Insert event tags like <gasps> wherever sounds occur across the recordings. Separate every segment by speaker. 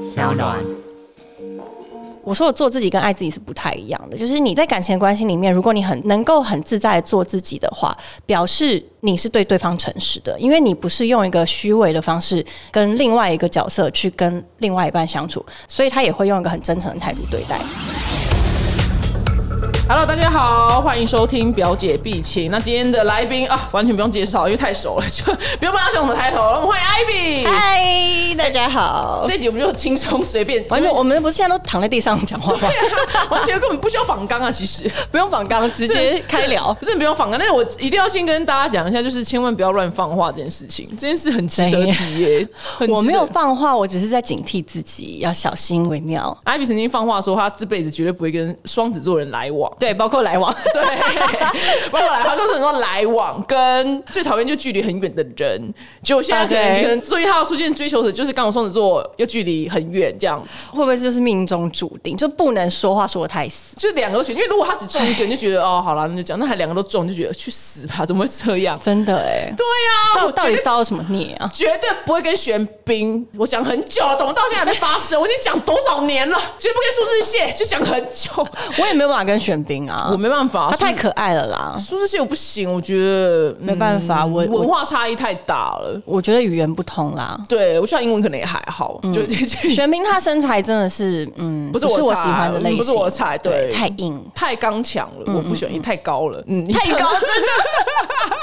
Speaker 1: 小暖。
Speaker 2: 我说我做自己跟爱自己是不太一样的，就是你在感情关系里面，如果你很能够很自在地做自己的话，表示你是对对方诚实的，因为你不是用一个虚伪的方式跟另外一个角色去跟另外一半相处，所以他也会用一个很真诚的态度对待。
Speaker 3: Hello，大家好，欢迎收听表姐必请。那今天的来宾啊，完全不用介绍，因为太熟了， <laughs> 就不用帮他想我们抬头了。我们欢迎 Ivy。
Speaker 2: 嗨，大家好。
Speaker 3: 这一集我们就轻松随便，
Speaker 2: 完全，我们不是现啊在都躺在地上讲话吗？
Speaker 3: <laughs> 完全根本不需要仿纲啊，
Speaker 2: <laughs>
Speaker 3: 其实。
Speaker 2: 不用仿纲，直接开聊。
Speaker 3: 不是不用仿纲，但是我一定要先跟大家讲一下，就是千万不要乱放话这件事情，这件事很值得
Speaker 2: 对
Speaker 3: 提耶。很值得
Speaker 2: 我没有放话，我只是在警惕自己，要小心为妙。
Speaker 3: ，Ivy 曾经放话说，她这辈子绝对不会跟双子座人来往。
Speaker 2: 对，包括来往。
Speaker 3: 对， <laughs> 不要来，他就是很多来往，跟最讨厌就距离很远的人。就现在可能
Speaker 2: OK
Speaker 3: 可能对他出现追求者，就是刚好双子座又距离很远，这样
Speaker 2: 会不会就是命中注定，就不能说话说的太死？
Speaker 3: 就是两个都选。因为如果他只中一个，你就觉得哦，好了，那就这样。那还两个都中，就觉得去死吧，怎么会这
Speaker 2: <laughs>
Speaker 3: 样？
Speaker 2: 真的哎、
Speaker 3: 对呀、
Speaker 2: 到
Speaker 3: 我
Speaker 2: 到
Speaker 3: 绝
Speaker 2: 底
Speaker 3: 对
Speaker 2: 遭了什么孽啊？
Speaker 3: 绝对不会跟玄彬，我讲很久了，怎么到现在还没发生？我已经讲多少年了，绝对不跟苏志燮，就讲很久，
Speaker 2: 我也没有办法跟玄彬啊，
Speaker 3: 我没办法，
Speaker 2: 他太可爱了啦，
Speaker 3: 苏志燮我不行，我觉得、嗯
Speaker 2: 没办法，我
Speaker 3: 文
Speaker 2: 我
Speaker 3: 化差异太大了。
Speaker 2: 我觉得语言不通啦。
Speaker 3: 对我像英文可能也还好，
Speaker 2: 嗯
Speaker 3: 就 <laughs>
Speaker 2: 玄彬他身材真的是，嗯，
Speaker 3: 不
Speaker 2: 不
Speaker 3: 是我
Speaker 2: 我
Speaker 3: 菜嗯
Speaker 2: 喜欢的类型，
Speaker 3: 不是我菜对
Speaker 2: 太硬，
Speaker 3: 太刚强了，我不喜欢，太高了，嗯，
Speaker 2: 嗯太高，真的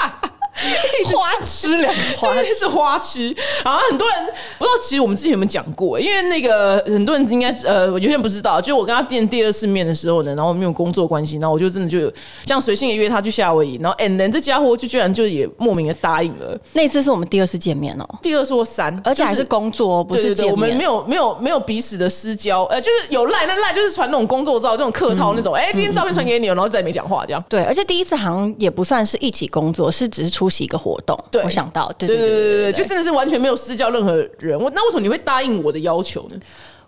Speaker 2: 花
Speaker 3: <laughs>
Speaker 2: 痴两个花
Speaker 3: 真的是花痴。然后很多人不知道，其实我们之前有没有讲过？因为那个很多人应该呃，有些人不知道，就我跟他见第二次面的时候呢，然后我们有工作关系，然后我就真的就这样随性也约他去夏威夷，然后
Speaker 2: 嗯
Speaker 3: and then 这家伙就居然就也莫名的答应了。
Speaker 2: 那次是我们第二次见面哦、
Speaker 3: 第二次或三，
Speaker 2: 而且还
Speaker 3: 就是
Speaker 2: 工作哦，不
Speaker 3: 对
Speaker 2: 是
Speaker 3: 对
Speaker 2: 见
Speaker 3: 对，
Speaker 2: 面。
Speaker 3: 我们没有没有没有彼此的私交，呃，就是有赖，那赖就是传那种工作照，这种客
Speaker 2: 嗯
Speaker 3: 套那种，哎、今天照片传给你了，然后再也没讲话这样。
Speaker 2: 对，而且第一次好像也不算是一起工作，是只是出席一个活动。
Speaker 3: 对
Speaker 2: 我想到，对
Speaker 3: 对
Speaker 2: 对对
Speaker 3: 对对
Speaker 2: 对
Speaker 3: 对
Speaker 2: 对
Speaker 3: 对，就真的是完全没有私交任何人。我那为什么你会答应我的要求呢？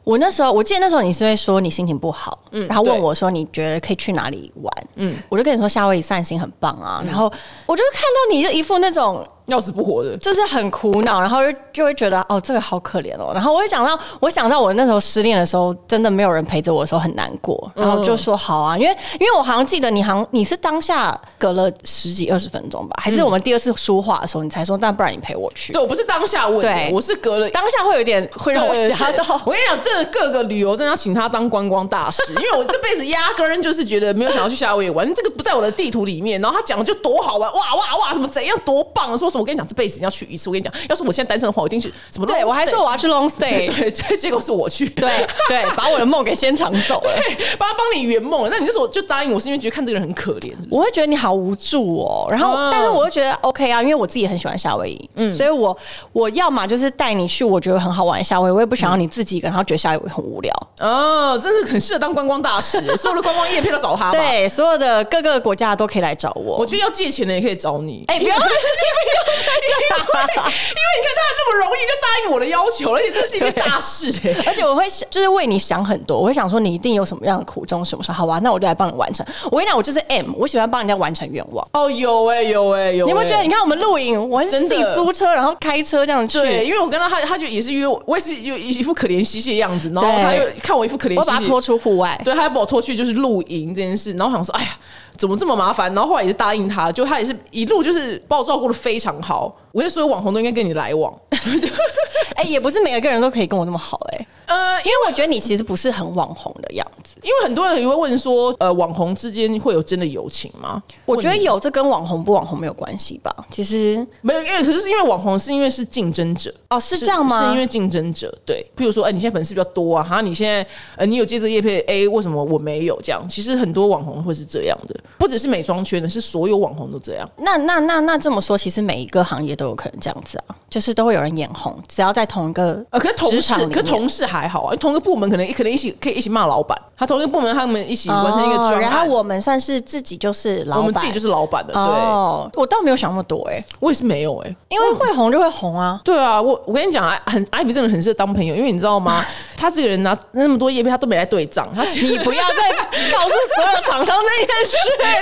Speaker 2: 我那时候，我记得那时候你是会说你心情不好，然后问我说你觉得可以去哪里玩，嗯，我就跟你说夏威夷散心很棒啊，然后我就看到你就一副那种
Speaker 3: 要死不活的，
Speaker 2: 就是很苦恼，然后就就会觉得哦这个好可怜哦，然后我就想到我想到我那时候失恋的时候，真的没有人陪着我的时候很难过，然后就说好啊，因为因为我好像记得你好像你是当下隔了十几二十分钟吧，还是我们第二次说话的时候你才说，那不然你陪我去
Speaker 3: 对，我不是当下问的
Speaker 2: 对，
Speaker 3: 我是隔了。
Speaker 2: 当下会有点会 <laughs> 让我
Speaker 3: 对
Speaker 2: 吓
Speaker 3: 是
Speaker 2: 到，
Speaker 3: 我跟你讲，这个各个旅游真的要请他当观光大
Speaker 2: <laughs>
Speaker 3: 使，因为我这辈子压根儿就是觉得没有想要去夏威夷玩，这个不在我的地图里面。然后他讲的就多好玩，哇哇哇，什么怎样多棒，说什么我跟你讲，这辈子你要去一次。我跟你讲，要是我现在单身的话，我一定去什么 long stay。
Speaker 2: 对我还说我要去 long stay，
Speaker 3: 对，这结果是我去，对，
Speaker 2: <laughs> 对对，把我的梦给先抢走了。
Speaker 3: <laughs> 帮他帮你圆梦。那你那时候就答应我，是因为觉得看这个人很可怜，是不是
Speaker 2: 我会觉得你好无助哦，然后、
Speaker 3: 嗯
Speaker 2: 但是我又觉得 OK 啊，因为我自己很喜欢夏威夷，嗯，所以我我要么就是带你去我觉得很好玩的夏威夷，我也不想要
Speaker 3: 嗯
Speaker 2: 你自己一个人，然后觉得夏威夷很无聊。
Speaker 3: 哦，真的很适合当观光大使，
Speaker 2: <laughs>
Speaker 3: 所有的观光叶片都找他吧。，
Speaker 2: 对，所有的各个国家都可以来找我。
Speaker 3: 我觉得要借钱的也可以找你。
Speaker 2: 哎、不要， <laughs>
Speaker 3: 因为你看他那么容易就答应我的要求，而且这是一件大事、
Speaker 2: <laughs>
Speaker 3: 哎
Speaker 2: 而且我会想就是为你想很多，我会想说你一定有什么样的苦衷，什么时候好吧，那我就来帮你完成。我跟你讲，我就是 M，我喜欢帮人家完成愿望。
Speaker 3: 哦，有哎、有哎、有、
Speaker 2: 你有没有觉得？
Speaker 3: 哎
Speaker 2: 你看我们露营，我还是
Speaker 3: 真
Speaker 2: 自
Speaker 3: 的
Speaker 2: 己租车，然后开车这样去。
Speaker 3: 对，因为我跟他，他他就也是约我，我也是有一副可怜兮兮的样子，然后
Speaker 2: 对
Speaker 3: 他又看我一副可怜兮兮，
Speaker 2: 我把它拖出户外。
Speaker 3: 对，他还把我拖去就是露营这件事，然后想说，哎呀，怎么这么麻烦？然后后来也是答应他，就他也是一路就是把我照顾的非常好。我觉得所有网红都应该跟你
Speaker 2: <laughs>
Speaker 3: 来往，
Speaker 2: 哎、也不是每个人都可以跟我那么好哎、
Speaker 3: 呃，因
Speaker 2: 因为我觉得你其实不是很网红的样子。
Speaker 3: 因为很多人也会问说，呃，网红之间会有真的友情吗？
Speaker 2: 我觉得有这跟网红不网红没有关系吧？其实
Speaker 3: 没有，因为可是因为网红是因为是竞争者，
Speaker 2: 哦，是这样吗？
Speaker 3: 是因为竞争者，对，譬如说，哎、你现在粉丝比较多啊，哈，你现在呃，你有接着叶配 A，为什么我没有？这样，其实很多网红会是这样的，不只是美妆圈的，是所有网红都这样。
Speaker 2: 那那那那这么说，其实每一个行业都有可能这样子啊，就是都会有人眼红，只要在同一个
Speaker 3: 呃，可是同
Speaker 2: 职
Speaker 3: 事
Speaker 2: 场，里
Speaker 3: 可是
Speaker 2: 面
Speaker 3: 同事还好啊，同一个部门可能可能一起可以一起骂老板，他同一个部门他们一起完成一个专
Speaker 2: 哦
Speaker 3: 案，
Speaker 2: 然后我们算是自己就是老
Speaker 3: 我
Speaker 2: 板，
Speaker 3: 们自己就是老板的，对，
Speaker 2: 哦，我倒没有想那么多哎、
Speaker 3: 我也是没有哎、
Speaker 2: 因为会红就会红啊。 <laughs> <laughs>
Speaker 3: 对啊，我我跟你讲，哎很 Ivy 真的很适合当朋友，因为你知道吗？他这个人拿那么多叶片，他都没来对账，他其实
Speaker 2: 你不要再告诉所有厂商这件事。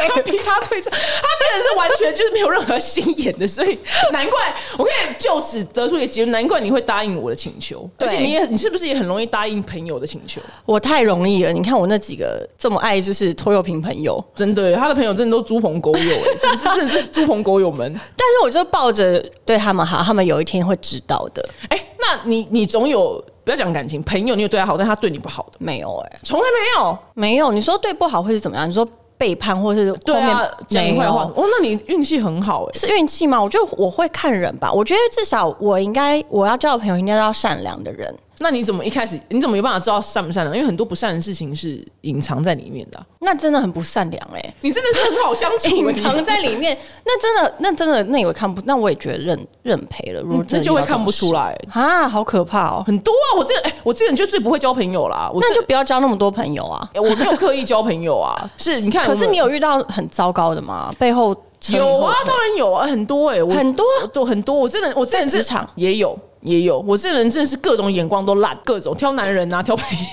Speaker 3: 他逼他退场，他这个人是完全就是没有任何心眼的，所以难怪我可以就此得出一个结论，难怪你会答应我的请求，而
Speaker 2: 对
Speaker 3: 且你也你是不是也很容易答应朋友的请求？
Speaker 2: 我太容易了，你看我那几个这么爱就是拖油瓶朋友，
Speaker 3: 真的，他的朋友真的都猪朋狗
Speaker 2: <laughs>
Speaker 3: 友，哎，是不是真的是猪朋狗友们？
Speaker 2: 但是我就抱着对他们好，他们有一天会知道的。
Speaker 3: 哎、那你你总有不要讲感情，朋友你有对他好，但他对你不好的，
Speaker 2: 没有哎、
Speaker 3: 从来没有。
Speaker 2: 没有。你说对不好会是怎么样？你说背叛或是
Speaker 3: 对
Speaker 2: 后面
Speaker 3: 啊，讲你
Speaker 2: 没
Speaker 3: 坏话
Speaker 2: 有，
Speaker 3: 哦，那你运气很好哎、
Speaker 2: 是运气吗？我觉得我会看人吧。我觉得至少我应该我要交的朋友应该要善良的人。
Speaker 3: 那你怎么一开始你怎么有办法知道善不善良？因为很多不善的事情是隐藏在里面的啊、
Speaker 2: 那真的很不善良哎、
Speaker 3: 你真的是很好相
Speaker 2: <laughs>
Speaker 3: 处、
Speaker 2: 隐
Speaker 3: 欸，
Speaker 2: 藏在里面，那真的，那真的，那也会看不，那我也觉得认认赔了。如果
Speaker 3: 那就会看不出
Speaker 2: 来
Speaker 3: 来。
Speaker 2: 啊，好可怕哦！
Speaker 3: 很多啊，我这个哎、我这个人就最不会交朋友啦。我
Speaker 2: 那
Speaker 3: 这
Speaker 2: 就不要交那么多朋友啊。
Speaker 3: 哎我没有刻意交朋友啊，是你
Speaker 2: <laughs>
Speaker 3: 看，
Speaker 2: 可是你有遇到很糟糕的吗？背后扯你后
Speaker 3: 有啊，
Speaker 2: 腿
Speaker 3: 当然有啊，很多哎、我
Speaker 2: 很多
Speaker 3: 我都很多。我这人，我这人是
Speaker 2: 在职场
Speaker 3: 也有也有，我这人真的是各种眼光都烂，各种挑男人啊，挑朋友。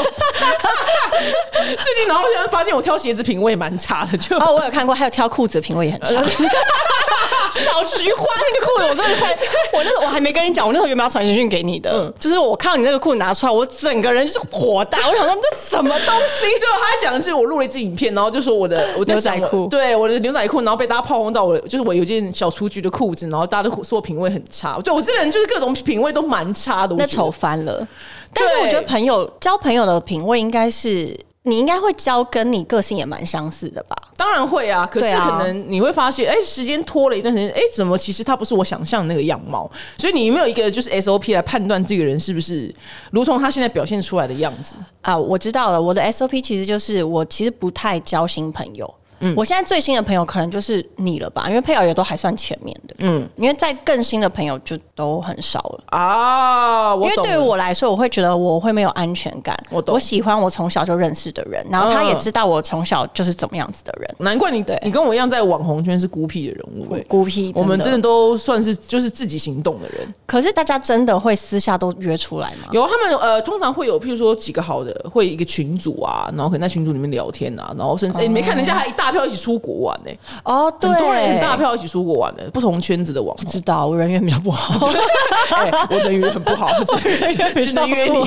Speaker 3: <laughs> 最近然后突然发现我挑鞋子品味蛮差的，就
Speaker 2: 哦，我有看过，还有挑裤子的品味也很差。呃小菊花那个裤子，我真的快，我那时候我还没跟你讲，我那时候原本要传简讯给你的，
Speaker 3: 嗯
Speaker 2: 就是我看到你那个裤子拿出来，我整个人就是火大，我想说这什么东西？
Speaker 3: 对，他讲的是我录了一支影片，然后就说
Speaker 2: <laughs>
Speaker 3: 我的我在想
Speaker 2: 牛仔裤
Speaker 3: 我对我的牛仔裤，然后被大家炮轰到我，就是我有件小雏菊的裤子，然后大家都说我品味很差。对我这人就是各种品味都蛮差的，我
Speaker 2: 那
Speaker 3: 觉得
Speaker 2: 丑翻了。但是我
Speaker 3: 对
Speaker 2: 觉得朋友交朋友的品味应该是，你应该会交跟你个性也蛮相似的吧？
Speaker 3: 当然会啊，可是
Speaker 2: 对啊
Speaker 3: 可能你会发现，哎、时间拖了一段时间，哎、怎么其实他不是我想象的那个样貌？所以你有没有一个就是 SOP 来判断这个人是不是如同他现在表现出来的样子？
Speaker 2: 啊，我知道了。我的 SOP 其实就是我其实不太交新朋友。
Speaker 3: 嗯
Speaker 2: 我现在最新的朋友可能就是你了吧，因为配偶也都还算前面的。
Speaker 3: 嗯
Speaker 2: 嗯，因为再更新的朋友就都很少了。
Speaker 3: 啊，
Speaker 2: 因
Speaker 3: 我
Speaker 2: 为
Speaker 3: 懂
Speaker 2: 对于
Speaker 3: 了。
Speaker 2: 我来说，我会觉得我会没有安全感。
Speaker 3: 我懂
Speaker 2: 喜欢我从小就认识的人，然后他也
Speaker 3: 嗯
Speaker 2: 知道我从小就是怎么样子的人，
Speaker 3: 难怪你你跟我一样在网红圈是孤僻的人物、哎
Speaker 2: 孤僻。
Speaker 3: 我们真的，都算是就是自己行动的人。
Speaker 2: 可是大家真的会私下都约出来吗？
Speaker 3: 有他们呃，通常会有，譬如说几个好的，会一个群组啊，然后可能在群组里面聊天啊，然后甚至哎、你没看人家还一大票一起出国玩呢、
Speaker 2: 哦，对，
Speaker 3: 很多人一大票一起出国玩的、不同圈子的网
Speaker 2: 不 <laughs>
Speaker 3: 红。
Speaker 2: 知道，我人缘比较不好，
Speaker 3: 哎、我的语言很不好，
Speaker 2: <laughs>
Speaker 3: 只只能约你。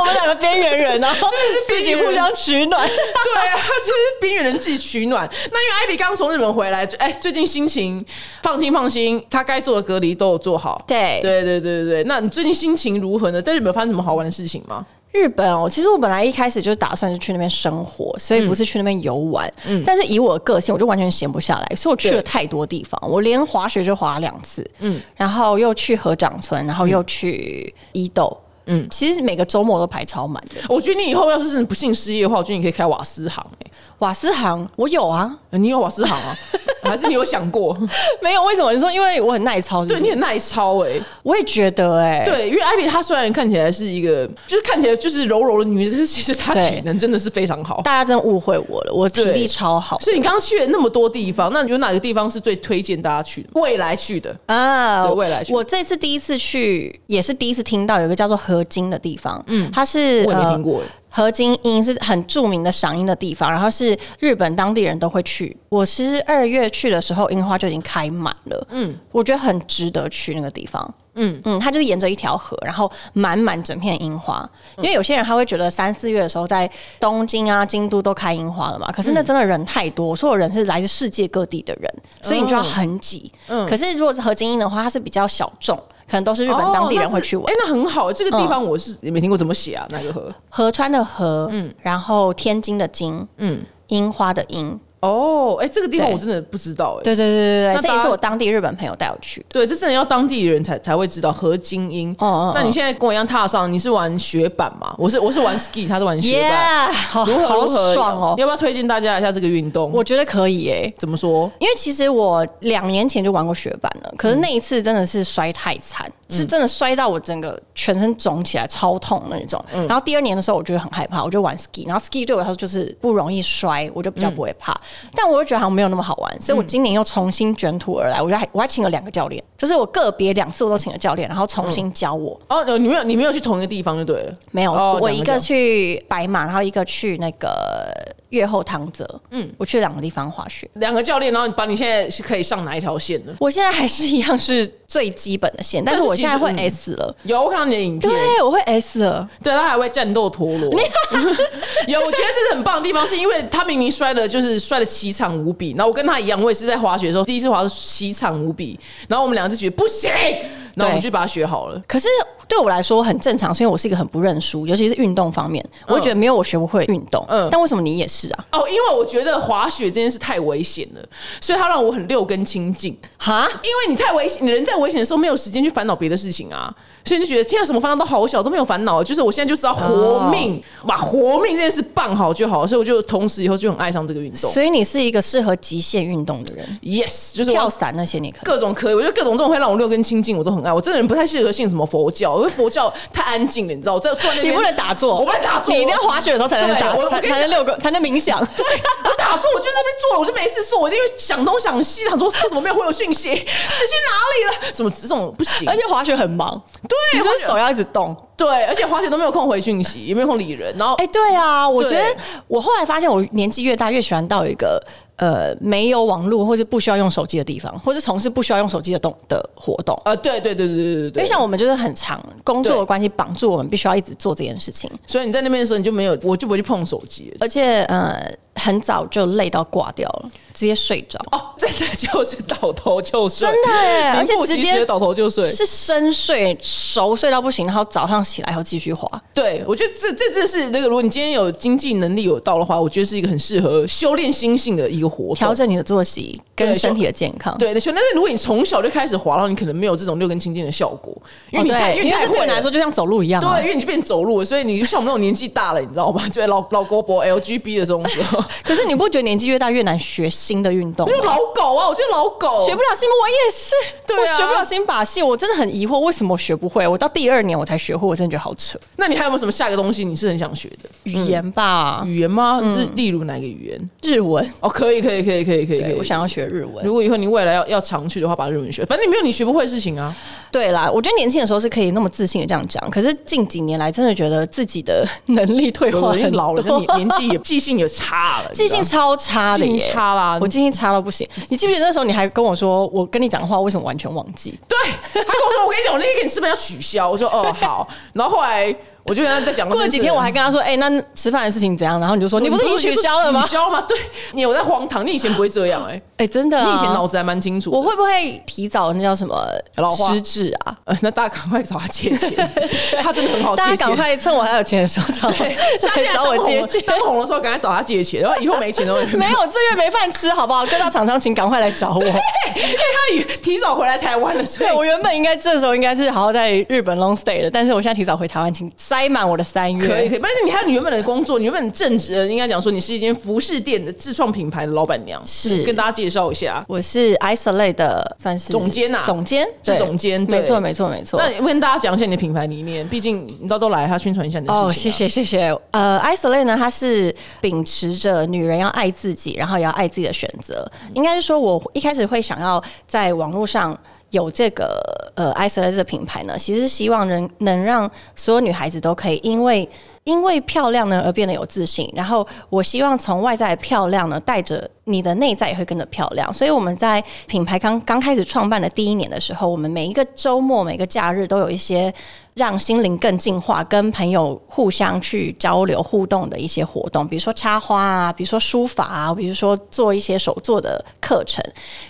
Speaker 2: 我们两个边缘人，然后
Speaker 3: 真的是
Speaker 2: 自己互相取暖。
Speaker 3: 对啊，其实边缘人自己取暖。那因为艾比刚从日本回来，就哎、最近心情放心放心，他该做的隔离都有做好。
Speaker 2: 对
Speaker 3: 对对对对对。那你最近心情如何呢？在日本发生什么好玩的事情吗？
Speaker 2: 日本哦，其实我本来一开始就打算是去那边生活，所以不是去那边游玩。但是以我的个性，我就完全闲不下来，所以我去了太多地方，我连滑雪就滑了两次，嗯，然后又去合掌村，然后又去伊豆，嗯，其实每个周末都排超满的。
Speaker 3: 我觉得你以后要是真的不幸失业的话，我觉得你可以开瓦斯行、哎。
Speaker 2: 瓦斯行我有啊，
Speaker 3: 你有瓦斯行 <laughs> 啊？还是你有想 <laughs> 过？
Speaker 2: <laughs> 没有为什么？你说因为我很耐操是不
Speaker 3: 对
Speaker 2: 是，
Speaker 3: 你很耐操哎、
Speaker 2: 我也觉得哎、
Speaker 3: 对，因为艾比她虽然看起来是一个，就是看起来就是柔柔的女生，其实她体
Speaker 2: 对
Speaker 3: 能真的是非常好。
Speaker 2: 大家真误会我了，我体
Speaker 3: 对
Speaker 2: 力超好
Speaker 3: 所以你刚刚去了那么多地方，那有哪个地方是最推荐大家去的？未来去的
Speaker 2: 啊，
Speaker 3: 对未来去
Speaker 2: 我这次第一次去，也是第一次听到有一个叫做合金的地方，嗯，它是
Speaker 3: 我也没
Speaker 2: 呃
Speaker 3: 听过、哎
Speaker 2: 合金音是很著名的赏樱的地方，然后是日本当地人都会去。我十二月去的时候，樱花就已经开满了，嗯，我觉得很值得去那个地方。嗯嗯，它就是沿着一条河，然后满满整片樱花。因为有些人他会觉得三四月的时候在东京啊、京都都开樱花了嘛，可是那真的人太多，所有人是来自世界各地的人，所以你就要很挤。可是如果是合金樱的话，它是比较小众，可能都是日本当地人会去
Speaker 3: 哦
Speaker 2: 玩。
Speaker 3: 那是哎、那很好，这个地方我是也没听过，怎么写啊？哪个河？
Speaker 2: 河川的河，然后天津的津，
Speaker 3: 嗯，
Speaker 2: 樱花的樱，
Speaker 3: 哦，哎、这个地方
Speaker 2: 对
Speaker 3: 我真的不知道、哎，
Speaker 2: 对对对对
Speaker 3: 那
Speaker 2: 对，这
Speaker 3: 大
Speaker 2: 也
Speaker 3: 家
Speaker 2: 是我当地日本朋友带我去的。
Speaker 3: 对，这真的要当地人才才会知道河精英。
Speaker 2: 哦哦哦
Speaker 3: 那你现在跟我一样踏上，你是玩雪板吗？我是我是玩 ski，他是玩雪板。
Speaker 2: 好
Speaker 3: 如何
Speaker 2: 好
Speaker 3: 如何？
Speaker 2: 爽哦！
Speaker 3: 要不要推荐大家一下这个运动？
Speaker 2: 我觉得可以诶、
Speaker 3: 怎么说？
Speaker 2: 因为其实我两年前就玩过雪板
Speaker 3: 嗯
Speaker 2: 了，可是那一次真的是摔太惨，是真的摔到我整个全身肿起来，超痛那种。
Speaker 3: 嗯
Speaker 2: 然后第二年的时候，我就很害怕，我就玩 ski，然后 ski 对我来说就是不容易摔，我就比较不会怕。
Speaker 3: 嗯
Speaker 2: 但我又觉得好像没有那么好玩，所以我今年又重新卷土而来，我就还我还请了两个教练，就是我个别两次我都请了教练，然后重新教我。
Speaker 3: 哦，呃你没有你没有去同一个地方就对了，
Speaker 2: 没有，
Speaker 3: 哦
Speaker 2: 我
Speaker 3: 两
Speaker 2: 一
Speaker 3: 个
Speaker 2: 个去白马，然后一个去那个月后汤泽。嗯，我去两个地方滑雪。
Speaker 3: 两个教练，然后你把你现在是可以上哪一条线呢？
Speaker 2: <laughs> 我现在还是一样是最基本的线，但是
Speaker 3: 但是
Speaker 2: 我
Speaker 3: 其
Speaker 2: 现在
Speaker 3: 实
Speaker 2: 会
Speaker 3: 嗯
Speaker 2: S 了。
Speaker 3: 有，我看到你的影片，
Speaker 2: 对，我会 S 了。
Speaker 3: 对，他还会战斗陀螺。 <laughs> 有，我觉得这是很棒的地方，是因为他明明摔了，就是摔了七场五比。然后我跟他一样，我也是在滑雪的时候第一次滑了七场五比，然后我们俩就觉得不行，然后我们就把它学好了。
Speaker 2: 可是对我来说很正常，是因为我是一个很不认输，尤其是运动方面，我会觉得没有我学不会运动。
Speaker 3: 嗯
Speaker 2: 但为什么你也是啊？
Speaker 3: 哦，因为我觉得滑雪这件事太危险了，所以他让我很六根清净。
Speaker 2: 哈，
Speaker 3: 因为你太危险，你人在危险的时候没有时间去烦恼别的事情啊，所以你就觉得天啊，什么烦恼都好小，都没有烦恼。就是我现在就是要活命，
Speaker 2: 哦
Speaker 3: 把活命这件事办好就好。所以我就同时以后就很爱上这个运动。
Speaker 2: 所以你是一个适合极限运动的人，
Speaker 3: Yes，就是我
Speaker 2: 跳
Speaker 3: 要
Speaker 2: 伞那些你可以。
Speaker 3: 各种可以，我觉得各种这种会让我六根清净，我都很爱。我这个人不太适合信什么佛教，因为佛教太安静了，你知道，我在坐在
Speaker 2: 你
Speaker 3: 那边
Speaker 2: 不能打坐，
Speaker 3: 我不能打坐，
Speaker 2: 你
Speaker 3: <laughs>
Speaker 2: 一定要滑雪的时候才能
Speaker 3: 对
Speaker 2: 打
Speaker 3: 我，我
Speaker 2: 才
Speaker 3: 跟你
Speaker 2: 才能六个，才能冥 <laughs> 想。
Speaker 3: 对，我打坐，我就在那边坐了，我就没事做，我就想东想西，想说为什么没有回我讯息，事情哪里了？什么这种不行
Speaker 2: 而，且滑雪很忙，
Speaker 3: 对
Speaker 2: 你
Speaker 3: 滑
Speaker 2: 说
Speaker 3: 雪
Speaker 2: 手要一直动。
Speaker 3: 对，而且滑雪都没有空回讯息，也没有空理人，然后
Speaker 2: 哎、对啊，我觉
Speaker 3: 对
Speaker 2: 得我后来发现，我年纪越大越喜欢到一个呃没有网络或是不需要用手机的地方，或是从事不需要用手机的动的活动。
Speaker 3: 呃，对对对对对对
Speaker 2: 因为
Speaker 3: 对，
Speaker 2: 像我们就是很长工作
Speaker 3: 对
Speaker 2: 的关系绑住我们，必须要一直做这件事情，
Speaker 3: 所以你在那边的时候，你就没有，我就不会去碰手机了。
Speaker 2: 而且呃很早就累到挂掉了，直接睡着，
Speaker 3: 哦，真的就是倒头就睡，
Speaker 2: 真的耶
Speaker 3: 名
Speaker 2: 而且
Speaker 3: 副
Speaker 2: 直
Speaker 3: 其
Speaker 2: 接
Speaker 3: 实的倒头就睡，
Speaker 2: 是深睡熟睡到不行，然后早上起来以后继续滑。
Speaker 3: 对，我觉得这这这是那个，如果你今天有经济能力有到的话，我觉得是一个很适合修炼心性的一个活
Speaker 2: 调
Speaker 3: 动。
Speaker 2: 整你的作息跟
Speaker 3: 对
Speaker 2: 身
Speaker 3: 就
Speaker 2: 体的健康，
Speaker 3: 对，那修，但是如果你从小就开始滑，然后你可能没有这种六根清净的效果，因
Speaker 2: 哦
Speaker 3: 为你太、
Speaker 2: 对，
Speaker 3: 因
Speaker 2: 因
Speaker 3: 为你
Speaker 2: 为
Speaker 3: 太
Speaker 2: 这对
Speaker 3: 会
Speaker 2: 你来说就像走路一样、啊，
Speaker 3: 对，因为你就变走路了，所以你就像我们那种年纪大了，你知道吗？就老老 <laughs> 狗博 LGB 的这种
Speaker 2: <laughs>
Speaker 3: 时候，
Speaker 2: 可是你不觉得年纪越大越难学新的运动
Speaker 3: 我
Speaker 2: 吗
Speaker 3: 就？老狗啊，我就老狗，
Speaker 2: 学不了新，我也是，
Speaker 3: 对啊
Speaker 2: 我学不了新把戏，我真的很疑惑，为什么我学不会？我到第二年我才学会，我真的觉得好扯。
Speaker 3: 那你还有没有什么下一个东西你是很想学的
Speaker 2: 语言吧，
Speaker 3: 语言吗？
Speaker 2: 嗯
Speaker 3: 日例如哪一个语言？
Speaker 2: 日文，
Speaker 3: 哦，可以，可以，可以，可以，可以，可
Speaker 2: 对
Speaker 3: 以
Speaker 2: 我。想要学日文
Speaker 3: 如。果以后你未来要要常去的话，把日文学，反正你没有你学不会的事情啊。
Speaker 2: 对啦，我觉得年轻的时候是可以那么自信的这样讲，可是近几年来真的觉得自己的能力退化
Speaker 3: 我
Speaker 2: 很
Speaker 3: 已经
Speaker 2: 多，
Speaker 3: 老
Speaker 2: <laughs>
Speaker 3: 了，就年年纪也记性也差了，
Speaker 2: 记性
Speaker 3: 你知
Speaker 2: 超
Speaker 3: 道
Speaker 2: 差的
Speaker 3: 记
Speaker 2: 耶，
Speaker 3: 性差啦
Speaker 2: 我记性差到不行。你记不记得那时候你还跟我说，我跟你讲话为什么完全忘记？
Speaker 3: 对，他跟我说：“我跟你讲，我那天给你吃饭要取消。”我说：“
Speaker 2: <laughs>
Speaker 3: 哦，好。”然后后来我就跟他在讲，
Speaker 2: 过了几天我还跟他说，哎、那吃饭的事情怎样？然后你就说，你不是已经取消了吗
Speaker 3: 取？消吗？对，你有在荒唐，你以前不会这样
Speaker 2: <laughs>
Speaker 3: 哎、
Speaker 2: 哎、真的、啊，
Speaker 3: 你以前脑子还蛮清楚的。
Speaker 2: 我会不会提早那叫什么
Speaker 3: 老化
Speaker 2: 失智啊？
Speaker 3: 呃，那大家赶快找他借
Speaker 2: <laughs>
Speaker 3: 钱，他真的很好借
Speaker 2: 大
Speaker 3: 钱。
Speaker 2: 家赶快趁我还有钱的时候找我
Speaker 3: <laughs> 对， <laughs> 像现
Speaker 2: <laughs> 来
Speaker 3: 在
Speaker 2: 找
Speaker 3: 当
Speaker 2: 我
Speaker 3: 红
Speaker 2: 借
Speaker 3: 了
Speaker 2: 钱。
Speaker 3: <laughs> 当红的时候赶快找他借钱，然后以后没钱都
Speaker 2: <laughs> 没有，这月没饭吃，好不好？各大厂商请赶快来找
Speaker 3: <laughs>
Speaker 2: 我。
Speaker 3: 因为他也提早回来台湾了，所以
Speaker 2: 对我原本应该这时候应该是好好在日本 long stay 的，但是我现在提早回台湾，请塞满我的三月。
Speaker 3: 可以可以，但是你还有你原本的工作，你原本正职呃应该讲说你是一间服饰店的自创品牌的老板娘，
Speaker 2: 是
Speaker 3: 跟大家介绍一下。
Speaker 2: 我是 isolate 的，算是
Speaker 3: 总监啊
Speaker 2: 总监
Speaker 3: 是
Speaker 2: 对
Speaker 3: 总监对
Speaker 2: 没错，没错，没错
Speaker 3: 那。你跟大家讲一下你的品牌理念，毕竟你到都来，他宣传一下你的事情、啊
Speaker 2: 哦，谢。谢谢谢。呃，isolate 呢，它是秉持着女人要爱自己，然后也要爱自己的选择。
Speaker 3: 嗯
Speaker 2: 应该是说，我一开始会想要在网络上有这个呃 isolate 这个品牌呢，其实是希望能能让所有女孩子都可以因为。因为漂亮呢而呃变得有自信，然后我希望从外在的漂亮呢带着你的内在也会跟着漂亮，所以我们在品牌刚刚开始创办的第一年的时候，我们每一个周末、每个假日都有一些让心灵更进化、跟朋友互相去交流互动的一些活动，比如说插花啊，比如说书法啊，比如说做一些手作的课程。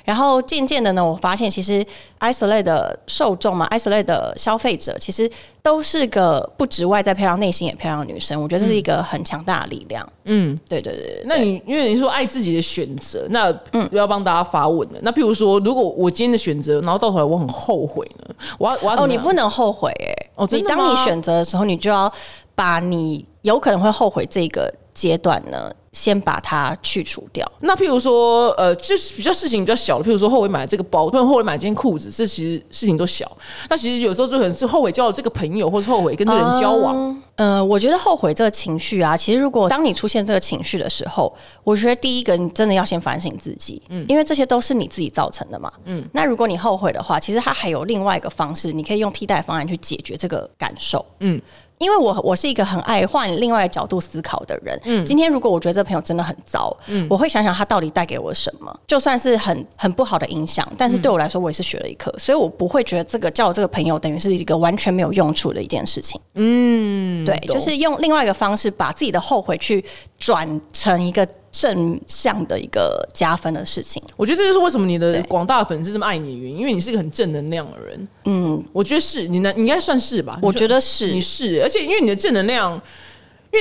Speaker 2: 然后渐渐的呢，我发现其实 isolate 的受众嘛，isolate 的消费者其实都是个不止外在漂亮、内心也漂亮的女生。我觉得这
Speaker 3: 嗯
Speaker 2: 是一个很强大的力量。嗯，对对对
Speaker 3: 那你因为你说爱自己的选择，那
Speaker 2: 嗯
Speaker 3: 不要帮大家发问了。那譬如说，如果我今天的选择，然后到头来我很后悔呢，我要我要怎
Speaker 2: 哦，
Speaker 3: 么
Speaker 2: 你
Speaker 3: 样
Speaker 2: 不能后悔哎、
Speaker 3: 哦真
Speaker 2: 你
Speaker 3: 的吗
Speaker 2: 当你选择的时候，你就要把你有可能会后悔这个阶段呢，先把它去除掉。
Speaker 3: 那譬如说，呃，就是比较事情比较小的，譬如说后悔买了这个包，或者后悔买这件裤子，这其实事情都小。那其实有时候就可能是后悔交了这个朋友，或是后悔跟这个人交往。
Speaker 2: 嗯呃，我觉得后悔这个情绪啊，其实如果当你出现这个情绪的时候，我觉得第一个你真的要先反省自己，嗯，因为这些都是你自己造成的嘛，嗯。那如果你后悔的话，其实它还有另外一个方式，你可以用替代方案去解决这个感受，
Speaker 3: 嗯
Speaker 2: 嗯。因为我我是一个很爱换另外一个角度思考的人，嗯。今天如果我觉得这朋友真的很糟，嗯，我会想想他到底带给我什么，就算是很很不好的影响，但是对我来说我也是学了一课，所以我不会觉得这个叫我这个朋友等于是一个完全没有用处的一件事情。
Speaker 3: 嗯，
Speaker 2: 对，
Speaker 3: 懂
Speaker 2: 就是用另外一个方式把自己的后悔去转成一个正向的一个加分的事情。
Speaker 3: 我觉得这就是为什么你的
Speaker 2: 对
Speaker 3: 广大粉丝这么爱你的原因，因为你是一个很正能量的人。嗯，我觉得是你呢，你应该算是吧？
Speaker 2: 我
Speaker 3: 你就
Speaker 2: 觉得是
Speaker 3: 你是，而且因为你的正能量，因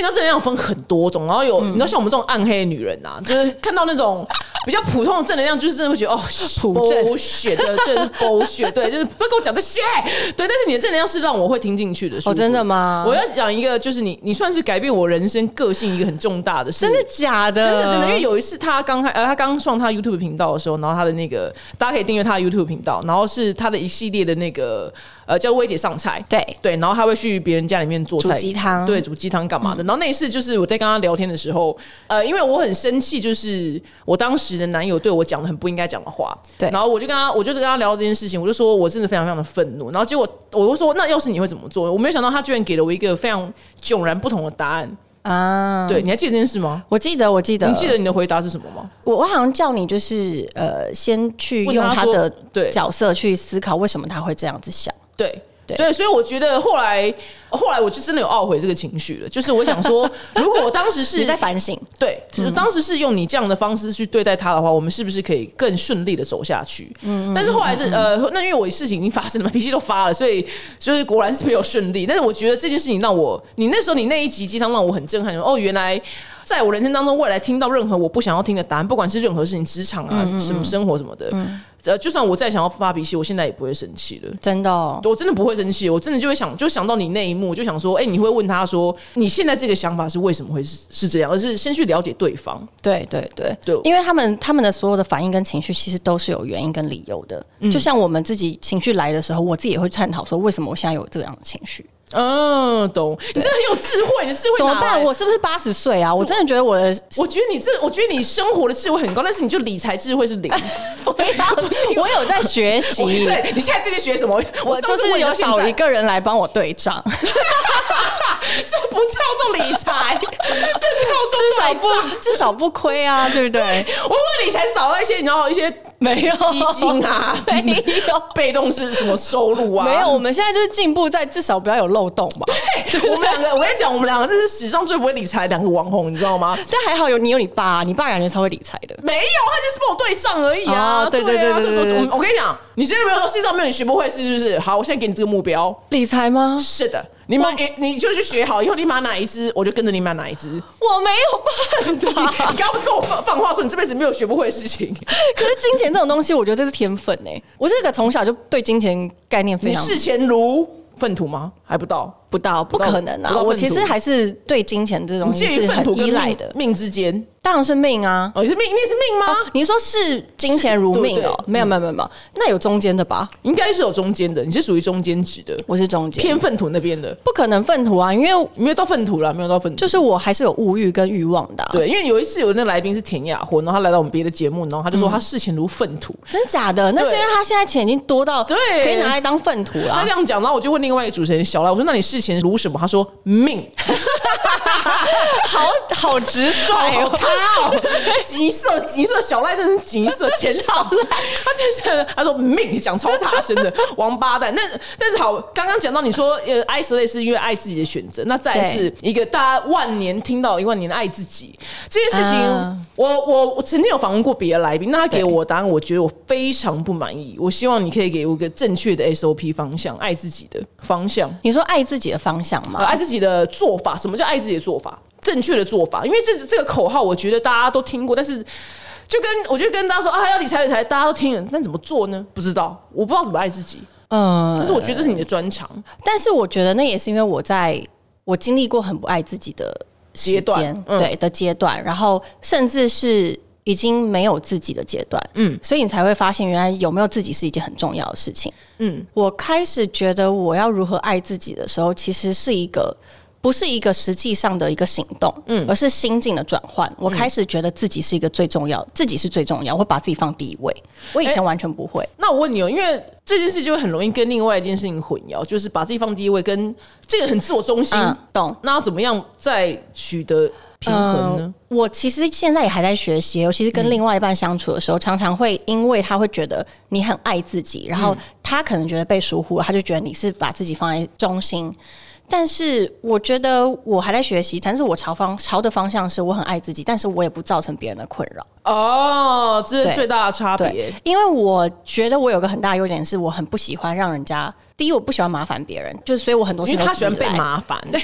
Speaker 3: 为你知道正能量分很多种，然后
Speaker 2: 嗯
Speaker 3: 有、你知道像我们这种暗黑的女人
Speaker 2: <laughs>
Speaker 3: 啊，就是看到那种 <laughs> 比较普通的正能量，就是真的会觉得哦，
Speaker 2: 朴正
Speaker 3: 血的，这是狗血，对，就是不要跟我讲这些，对。但是你的正能量是让我会听进去的，舒服
Speaker 2: 哦真的吗
Speaker 3: 我要讲一个，就是你，你算是改变我人生个性一个很重大的事，
Speaker 2: 真的假的？
Speaker 3: 真的真的，因为有一次他刚开呃，他刚创他 YouTube 频道的时候，然后他的那个大家可以订阅他的 YouTube 频道，然后是他的一系列的那个呃叫薇姐上菜，
Speaker 2: 对
Speaker 3: 对，然后他会去别人家里面做菜
Speaker 2: 煮鸡汤嗯
Speaker 3: 对，煮鸡汤干嘛的。然后那一次就是我在跟他聊天的时候，呃，因为我很生气，就是我当时的男友对我讲了很不应该讲的话，
Speaker 2: 对
Speaker 3: 然后我就跟他，我就是跟他聊这件事情，我就说我真的非常非常的愤怒，然后结果我就说那要是你会怎么做？我没有想到他居然给了我一个非常迥然不同的答案。
Speaker 2: 啊，
Speaker 3: 对，你还记得这件事吗？
Speaker 2: 我记得，我记得，
Speaker 3: 你记得你的回答是什么吗？
Speaker 2: 我我好像叫你就是呃，先去
Speaker 3: 问
Speaker 2: 用
Speaker 3: 他
Speaker 2: 他
Speaker 3: 说
Speaker 2: 的
Speaker 3: 对
Speaker 2: 角色去思考为什么他会这样子想。
Speaker 3: 对。
Speaker 2: 对
Speaker 3: 对，所以我觉得后来，后来我就真的有懊悔这个情绪了。就是我想 <laughs> 说，如果我当时是
Speaker 2: 你在反省，
Speaker 3: 对，就是当时是用你这样的方式去对待他的话，我们是不是可以更顺利的走下去？但是后来是呃，那因为我事情已经发生了，脾气都发了，所以就是果然是没有顺利。但是我觉得这件事情让我，你那时候你那一集鸡汤让我很震撼，哦，原来。在我人生当中，未来听到任何我不想要听的答案，不管是任何事情、职场啊、什么生活什么的，呃，就算我再想要发脾气，我现在也不会生气了。
Speaker 2: 真的、哦，
Speaker 3: 我真的不会生气，我真的就会想，就想到你那一幕，就想说，哎、你会问他说，你现在这个想法是为什么会是是这样，而是先去了解对方。
Speaker 2: 对对对
Speaker 3: 对
Speaker 2: 因为他们他们的所有的反应跟情绪，其实都是有原因跟理由的。
Speaker 3: 嗯
Speaker 2: 就像我们自己情绪来的时候，我自己也会探讨说，为什么我现在有这样的情绪？
Speaker 3: 嗯，懂。你真的很有智慧，你的智慧
Speaker 2: 怎么
Speaker 3: 哪来
Speaker 2: 办？我是不是八十岁啊？我真的觉得
Speaker 3: <laughs>
Speaker 2: 我的
Speaker 3: 我觉得你这，我觉得你生活的智慧很高，但是你就理财智
Speaker 2: <laughs>
Speaker 3: 慧是零。 <laughs>
Speaker 2: 我啊有在学
Speaker 3: 我
Speaker 2: 习，
Speaker 3: 对，你现在最近学什么？
Speaker 2: <laughs> 我
Speaker 3: 上
Speaker 2: 就
Speaker 3: 次
Speaker 2: 是
Speaker 3: 问
Speaker 2: 有
Speaker 3: 到现
Speaker 2: 找
Speaker 3: 在
Speaker 2: 一个人来帮我对账，
Speaker 3: 这不叫做理
Speaker 2: <laughs>
Speaker 3: 财，这
Speaker 2: 至
Speaker 3: 叫
Speaker 2: 少
Speaker 3: 做对账
Speaker 2: 不至少不亏 <laughs> 啊，对不对？
Speaker 3: 我问理财找到一些，你知道一些
Speaker 2: 没有，
Speaker 3: 基金啊
Speaker 2: <laughs> 没有。
Speaker 3: 被动是什么收入啊？
Speaker 2: 没有，我们现在就是进步在至少不要有漏洞吧。
Speaker 3: <laughs> 我们两个，我跟你讲，我们两个这是史上最不会理财的两个网红，你知道
Speaker 2: <laughs>
Speaker 3: 吗？
Speaker 2: <laughs> 但还好有你有你爸、你爸感觉超会理财的。
Speaker 3: 没有，他就是帮我对账而已啊。
Speaker 2: 哦对
Speaker 3: 对
Speaker 2: 对
Speaker 3: 啊
Speaker 2: 对对对对
Speaker 3: 这个我我跟你讲，你现在没有说世界上没有你学不会是不是？好，我现在给你这个目标。
Speaker 2: 理财吗？
Speaker 3: 是的，你买给你就去学好，以后你买哪一支，我就跟着你买
Speaker 2: <laughs>
Speaker 3: 哪一支。你
Speaker 2: 我 <laughs> 没有办法
Speaker 3: 刚。刚不是跟我放放话说你这辈子没有学不会的事
Speaker 2: <laughs>
Speaker 3: 情？
Speaker 2: 啊可是金钱这种东西，我觉得这是天分哎、我是个从小就对金钱概念非
Speaker 3: 你
Speaker 2: 常
Speaker 3: 视钱如粪土吗？还不到，
Speaker 2: 不到，不可能
Speaker 3: 不
Speaker 2: 啊！
Speaker 3: 到
Speaker 2: 我
Speaker 3: 粪土
Speaker 2: 其实还是对金钱这种
Speaker 3: 你
Speaker 2: 东西
Speaker 3: 介于
Speaker 2: 是
Speaker 3: 粪
Speaker 2: 很
Speaker 3: 土跟
Speaker 2: 依赖
Speaker 3: 命
Speaker 2: 的，啊
Speaker 3: 命之间。
Speaker 2: 当然是命啊。
Speaker 3: 哦，你是命，你也是命吗？
Speaker 2: 你说是金钱如命
Speaker 3: 是
Speaker 2: 哦、
Speaker 3: 对对
Speaker 2: 没有没有没有没有，那有中间的吧？
Speaker 3: 应该是有中间的，你是属于中间值的，
Speaker 2: 我是中间，
Speaker 3: 偏粪土那边的。
Speaker 2: 不可能粪土啊，因为
Speaker 3: 没有到粪土啦，没有到粪土，
Speaker 2: 就是我还是有物欲跟欲望的、啊。，
Speaker 3: 对，因为有一次有那来宾是田雅婚，然后他来到我们别的节目，然后他就说他视钱如粪土。
Speaker 2: 真假的？那是因为他现在钱已经多到
Speaker 3: 对
Speaker 2: 可以拿来当粪土啊
Speaker 3: 他
Speaker 2: 啦
Speaker 3: 这。样讲，然后我就问另外一个主持人小赖，我说：“那你视钱如什么？”他说：“命。
Speaker 2: 好好直率
Speaker 3: 好
Speaker 2: 哦，
Speaker 3: <laughs> 他哦，急色急色，小赖真的是急色，前少赖， <laughs> 他真是他说命讲超大声的，王八蛋。那但是好，刚刚讲到你说呃，爱死类是因为爱自己的选择，那再来是一个大家万年听到一万年的爱自己这件事情，
Speaker 2: 嗯
Speaker 3: 我我我曾经有访问过别的来宾，那他给
Speaker 2: 对
Speaker 3: 我答案，我觉得我非常不满意。我希望你可以给我一个正确的 SOP 方向，爱自己的方向。
Speaker 2: 你说爱自己的方向
Speaker 3: 呃，
Speaker 2: 吗？
Speaker 3: 爱自己的做法，什么叫爱自己的做法？正确的做法，因为这这个口号，我觉得大家都听过，但是就跟我觉得跟大家说啊，要理财理财，大家都听了，但怎么做呢？不知道，我不知道怎么爱自己，
Speaker 2: 嗯
Speaker 3: 但是我觉得这是你的专长，
Speaker 2: 但是我觉得那也是因为我在我经历过很不爱自己的时
Speaker 3: 阶段
Speaker 2: 间，
Speaker 3: 嗯
Speaker 2: 对的阶段，然后甚至是已经没有自己的阶段，
Speaker 3: 嗯
Speaker 2: 所以你才会发现，原来有没有自己是一件很重要的事情。
Speaker 3: 嗯，
Speaker 2: 我开始觉得我要如何爱自己的时候，其实是一个不是一个实际上的一个行动，嗯，而是心境的转换。
Speaker 3: 嗯
Speaker 2: 我开始觉得自己是一个最重要，自己是最重要，我会把自己放第一位。我
Speaker 3: 哎
Speaker 2: 以前完全不会，
Speaker 3: 那我问你哦，因为这件事就很容易跟另外一件事情混淆，就是把自己放第一位，跟这个很自我中心。
Speaker 2: 嗯，懂。
Speaker 3: 那要怎么样再取得平衡呢？
Speaker 2: 嗯我其实现在也还在学习，尤其是
Speaker 3: 嗯
Speaker 2: 跟另外一半相处的时候，常常会因为他会觉得你很爱自己，然
Speaker 3: 嗯
Speaker 2: 后他可能觉得被疏忽了，他就觉得你是把自己放在中心。但是我觉得我还在学习，但是我朝方朝的方向是我很爱自己，但是我也不造成别人的困扰。
Speaker 3: 哦，这是
Speaker 2: 对
Speaker 3: 最大的差别
Speaker 2: 对。，因为我觉得我有个很大的优点是我很不喜欢让人家，第一我不喜欢麻烦别人，就是所以我很多事
Speaker 3: 因
Speaker 2: 情
Speaker 3: 为
Speaker 2: 都
Speaker 3: 他喜欢
Speaker 2: 自己
Speaker 3: 被
Speaker 2: 来
Speaker 3: 麻烦，对，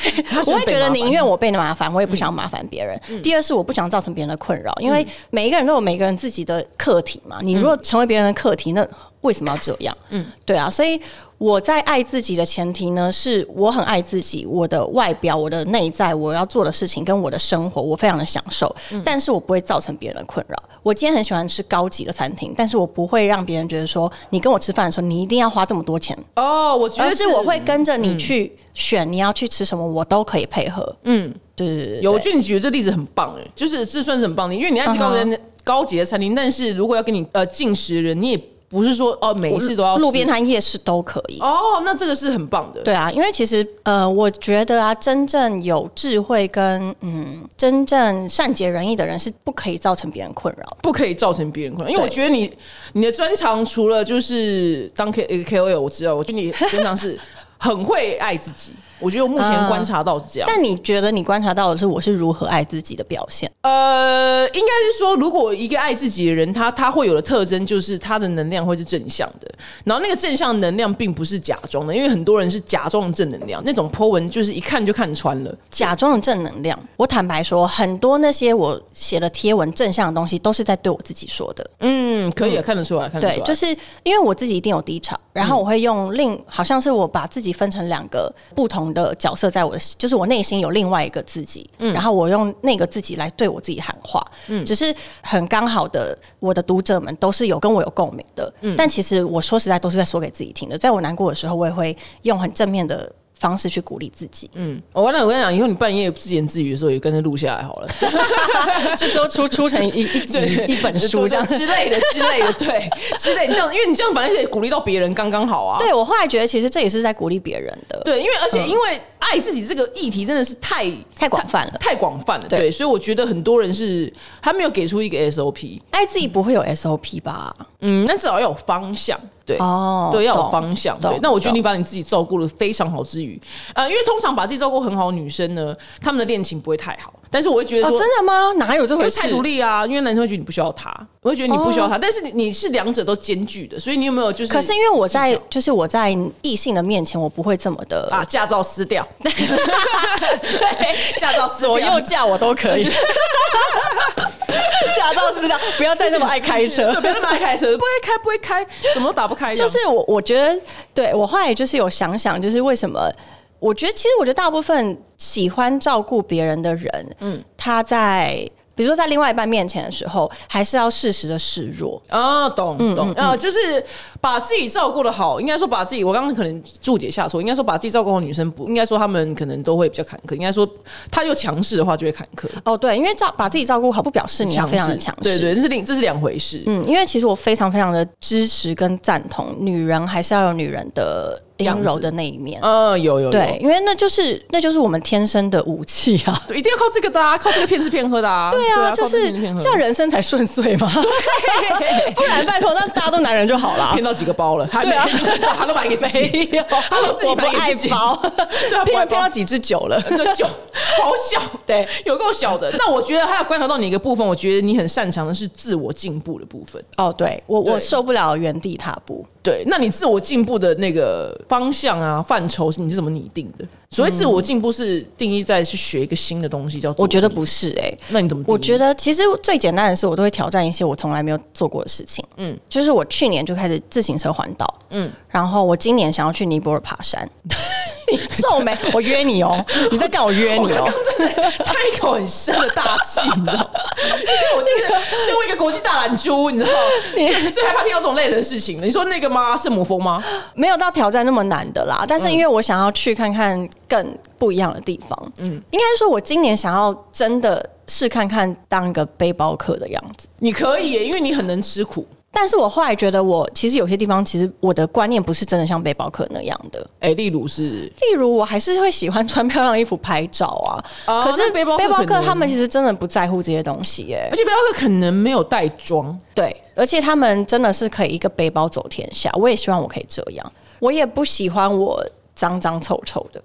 Speaker 2: 我会觉得宁
Speaker 3: 宁
Speaker 2: 愿我被麻烦，嗯我也不想麻烦别人。第二是我不想造成别人的困扰，因为每一个人都有每个人自己的课题嘛。你如果成为别人的课题，那为什么要这样？嗯，对啊，所以我在爱自己的前提呢，是我很爱自己，我的外表、我的内在、我要做的事情跟我的生活，我非常的享受，但是我不会造成别人的困扰。我今天很喜欢吃高级的餐厅，但是我不会让别人觉得说，你跟我吃饭的时候，你一定要花这么多钱。
Speaker 3: 哦，嗯我觉
Speaker 2: 而
Speaker 3: 得
Speaker 2: 是我会跟着你去选你要去吃什么，我都可以配合。嗯，对对对，
Speaker 3: 有，我
Speaker 2: 对
Speaker 3: 觉得你举的这例子很棒哎，就是这算是很棒的，因为你爱吃高
Speaker 2: 嗯
Speaker 3: 级高级的餐厅，但是如果要跟你呃进食的人，你也不是说哦每一次都要吃
Speaker 2: 路边摊、夜市都可以。
Speaker 3: 哦，那这个是很棒的。
Speaker 2: 对啊，因为其实呃，我觉得啊，真正有智慧跟嗯，真正善解人意的人是不可以造成别人困扰的。
Speaker 3: 不可以造成别人困扰，因为我
Speaker 2: 对
Speaker 3: 觉得你你的专长除了就是当 K 呃 KOL，我知道，我觉得你专长是很会爱自己。我觉得我目前
Speaker 2: 嗯
Speaker 3: 观察到是这样。
Speaker 2: 但你觉得你观察到的是我是如何爱自己的表现？
Speaker 3: 呃，应该是说，如果一个爱自己的人，他他会有的特征就是他的能量会是正向的，然后那个正向能量并不是假装的，因为很多人是假装正能量，那种 po 文就是一看就看穿了。
Speaker 2: 假装的正能量，我坦白说，很多那些我写的贴文正向的东西，都是在对我自己说的。
Speaker 3: 嗯，可以、看得出来，看得出
Speaker 2: 对，
Speaker 3: 来，嗯
Speaker 2: 就是因为我自己一定有低潮，然后我会用另、好像是我把自己分成两个不同的角色，在我的就是我内心有另外一个自己，
Speaker 3: 嗯
Speaker 2: 然后我用那个自己来对我自己喊话，只是很刚好的我的读者们都是有跟我有共鸣的，
Speaker 3: 嗯
Speaker 2: 但其实我说实在都是在说给自己听的，在我难过的时候，我也会用很正面的方式去鼓励自己， <laughs>
Speaker 3: 嗯，我完了，我跟你讲，以后你半夜自言自语的时候也跟着录下来 <laughs> 好了，
Speaker 2: 这周出出成
Speaker 3: <laughs>
Speaker 2: 一一集一本书这样
Speaker 3: 之类的之类的，对，之类，你这样，因为你这样本来可以鼓励到别人，刚刚好啊。
Speaker 2: 对我后来觉得，其实这也是在鼓励别人的，
Speaker 3: 对，因为而且因为爱自己这个议题真的是太
Speaker 2: 嗯太广泛了。
Speaker 3: 太广泛了，
Speaker 2: 对
Speaker 3: 对，所以我觉得很多人是他没有给出一个 SOP，
Speaker 2: 爱哎自己不会有 SOP 吧？
Speaker 3: 嗯，那至少要有方向，对。
Speaker 2: 哦，
Speaker 3: 对，要有
Speaker 2: 懂
Speaker 3: 方向。
Speaker 2: 懂
Speaker 3: 对，那我觉得
Speaker 2: 懂
Speaker 3: 你把你自己照顾的非常好之余，呃，因为通常把自己照顾很好的女生呢，她们的恋情不会太好。但是我会觉得
Speaker 2: 哦，
Speaker 3: 说，
Speaker 2: 真的吗？哪有这
Speaker 3: 因
Speaker 2: 回
Speaker 3: 为
Speaker 2: 事？
Speaker 3: 太独立啊，因为男生会觉得你不需要他，我会觉得你不需要他。但是你你是两者都兼具的，所以你有没有就是？
Speaker 2: 哦可是因为我在
Speaker 3: 技巧
Speaker 2: 就是我在异性的面前，我不会这么的 <laughs>
Speaker 3: 把驾照撕掉，对，驾照撕掉，
Speaker 2: 驾我都可以， <laughs> 驾到知道，不要再那么爱开车
Speaker 3: <laughs> 对，不要那么爱开车，不会开，不会开，什么都打不开这
Speaker 2: 就
Speaker 3: 样，
Speaker 2: 是我我觉得，对我后来就是有想想，就是为什么。我觉得，其实我觉得大部分喜欢照顾别人的人，嗯，他在比如说在另外一半面前的时候，还是要适时的示弱，
Speaker 3: 啊，懂
Speaker 2: 嗯
Speaker 3: 懂啊，就是把自己照顾的好，应该说把自己，我刚刚可能注解下错，应该说把自己照顾好，女生不应该说她们可能都会比较坎坷，应该说她又强势的话就会坎坷，
Speaker 2: 哦，对，因为照把自己照顾好，不表示你要非常的强势，
Speaker 3: 对对，这是另这是两回事，
Speaker 2: 嗯，因为其实我非常非常的支持跟赞同，女人还是要有女人的阴柔的那一面。
Speaker 3: 嗯，有有有，
Speaker 2: 对，因为那就是那就是我们天生的武器啊。
Speaker 3: 对，一定要靠这个的、啊，靠这个骗吃骗喝的、啊。 <laughs> 对
Speaker 2: 对啊，就是这样
Speaker 3: 人
Speaker 2: 人生才顺遂嘛。 <laughs> 不然拜托，那大家都男人就好啦
Speaker 3: <laughs> <laughs> 骗。到几个包了，还没， <laughs>
Speaker 2: 对啊
Speaker 3: 他都买给自己，
Speaker 2: 没有，
Speaker 3: 他都自己
Speaker 2: 我不
Speaker 3: 买给
Speaker 2: 爱
Speaker 3: 自己，
Speaker 2: 包，
Speaker 3: <laughs> 对啊，不爱
Speaker 2: 骗 <laughs> 骗
Speaker 3: 包
Speaker 2: 到。几只酒了。 <laughs>
Speaker 3: 这就好小，
Speaker 2: 对，
Speaker 3: <laughs> 有够小的。那我觉得还有观察到你一个部分，我觉得你很擅长的是自我进步的部分。
Speaker 2: 哦，对我我
Speaker 3: 对
Speaker 2: 受不了原地踏步。
Speaker 3: 对，那你自我进步的那个方向啊、范畴，你是怎么拟定的？所谓自我进步是定义在是学一个新的东西，叫做
Speaker 2: 我觉得不是哎、
Speaker 3: 那你怎么定义？
Speaker 2: 我觉得其实最简单的是，我都会挑战一些我从来没有做过的事情。
Speaker 3: 嗯
Speaker 2: 嗯，就是我去年就开始自行车环岛，
Speaker 3: 嗯
Speaker 2: 嗯，然后我今年想要去尼泊尔爬山。 <laughs> 你皱眉，我约你
Speaker 3: <laughs>
Speaker 2: 哦！你在叫我约你哦！
Speaker 3: 他一口很深的大气，你知道吗？因为我那个身为一个国际大懒猪，
Speaker 2: <laughs>
Speaker 3: 你知道吗，最最害怕听到这种类人的事情。你说那个吗？圣母峰吗？
Speaker 2: 没有到挑战那么难的
Speaker 3: 嗯
Speaker 2: 啦，但是因为我想要去看看更不一样的地方，嗯，应该说我今年想要真的试看看当一个背包客的样子。
Speaker 3: 你可以耶，因为你很能吃苦。
Speaker 2: 但是我后来觉得我，其实有些地方，其实我的观念不是真的像背包客那样的。
Speaker 3: 哎、例如是
Speaker 2: 例如，我还是会喜欢穿漂亮衣服拍照啊。
Speaker 3: 哦
Speaker 2: 可是
Speaker 3: 那背包客
Speaker 2: 背包
Speaker 3: 可
Speaker 2: 客
Speaker 3: 能
Speaker 2: 他们其实真的不在乎这些东西耶、
Speaker 3: 而且背包客可能没有带妆，
Speaker 2: 对，而且他们真的是可以一个背包走天下。我也希望我可以这样。我也不喜欢我脏脏臭臭的，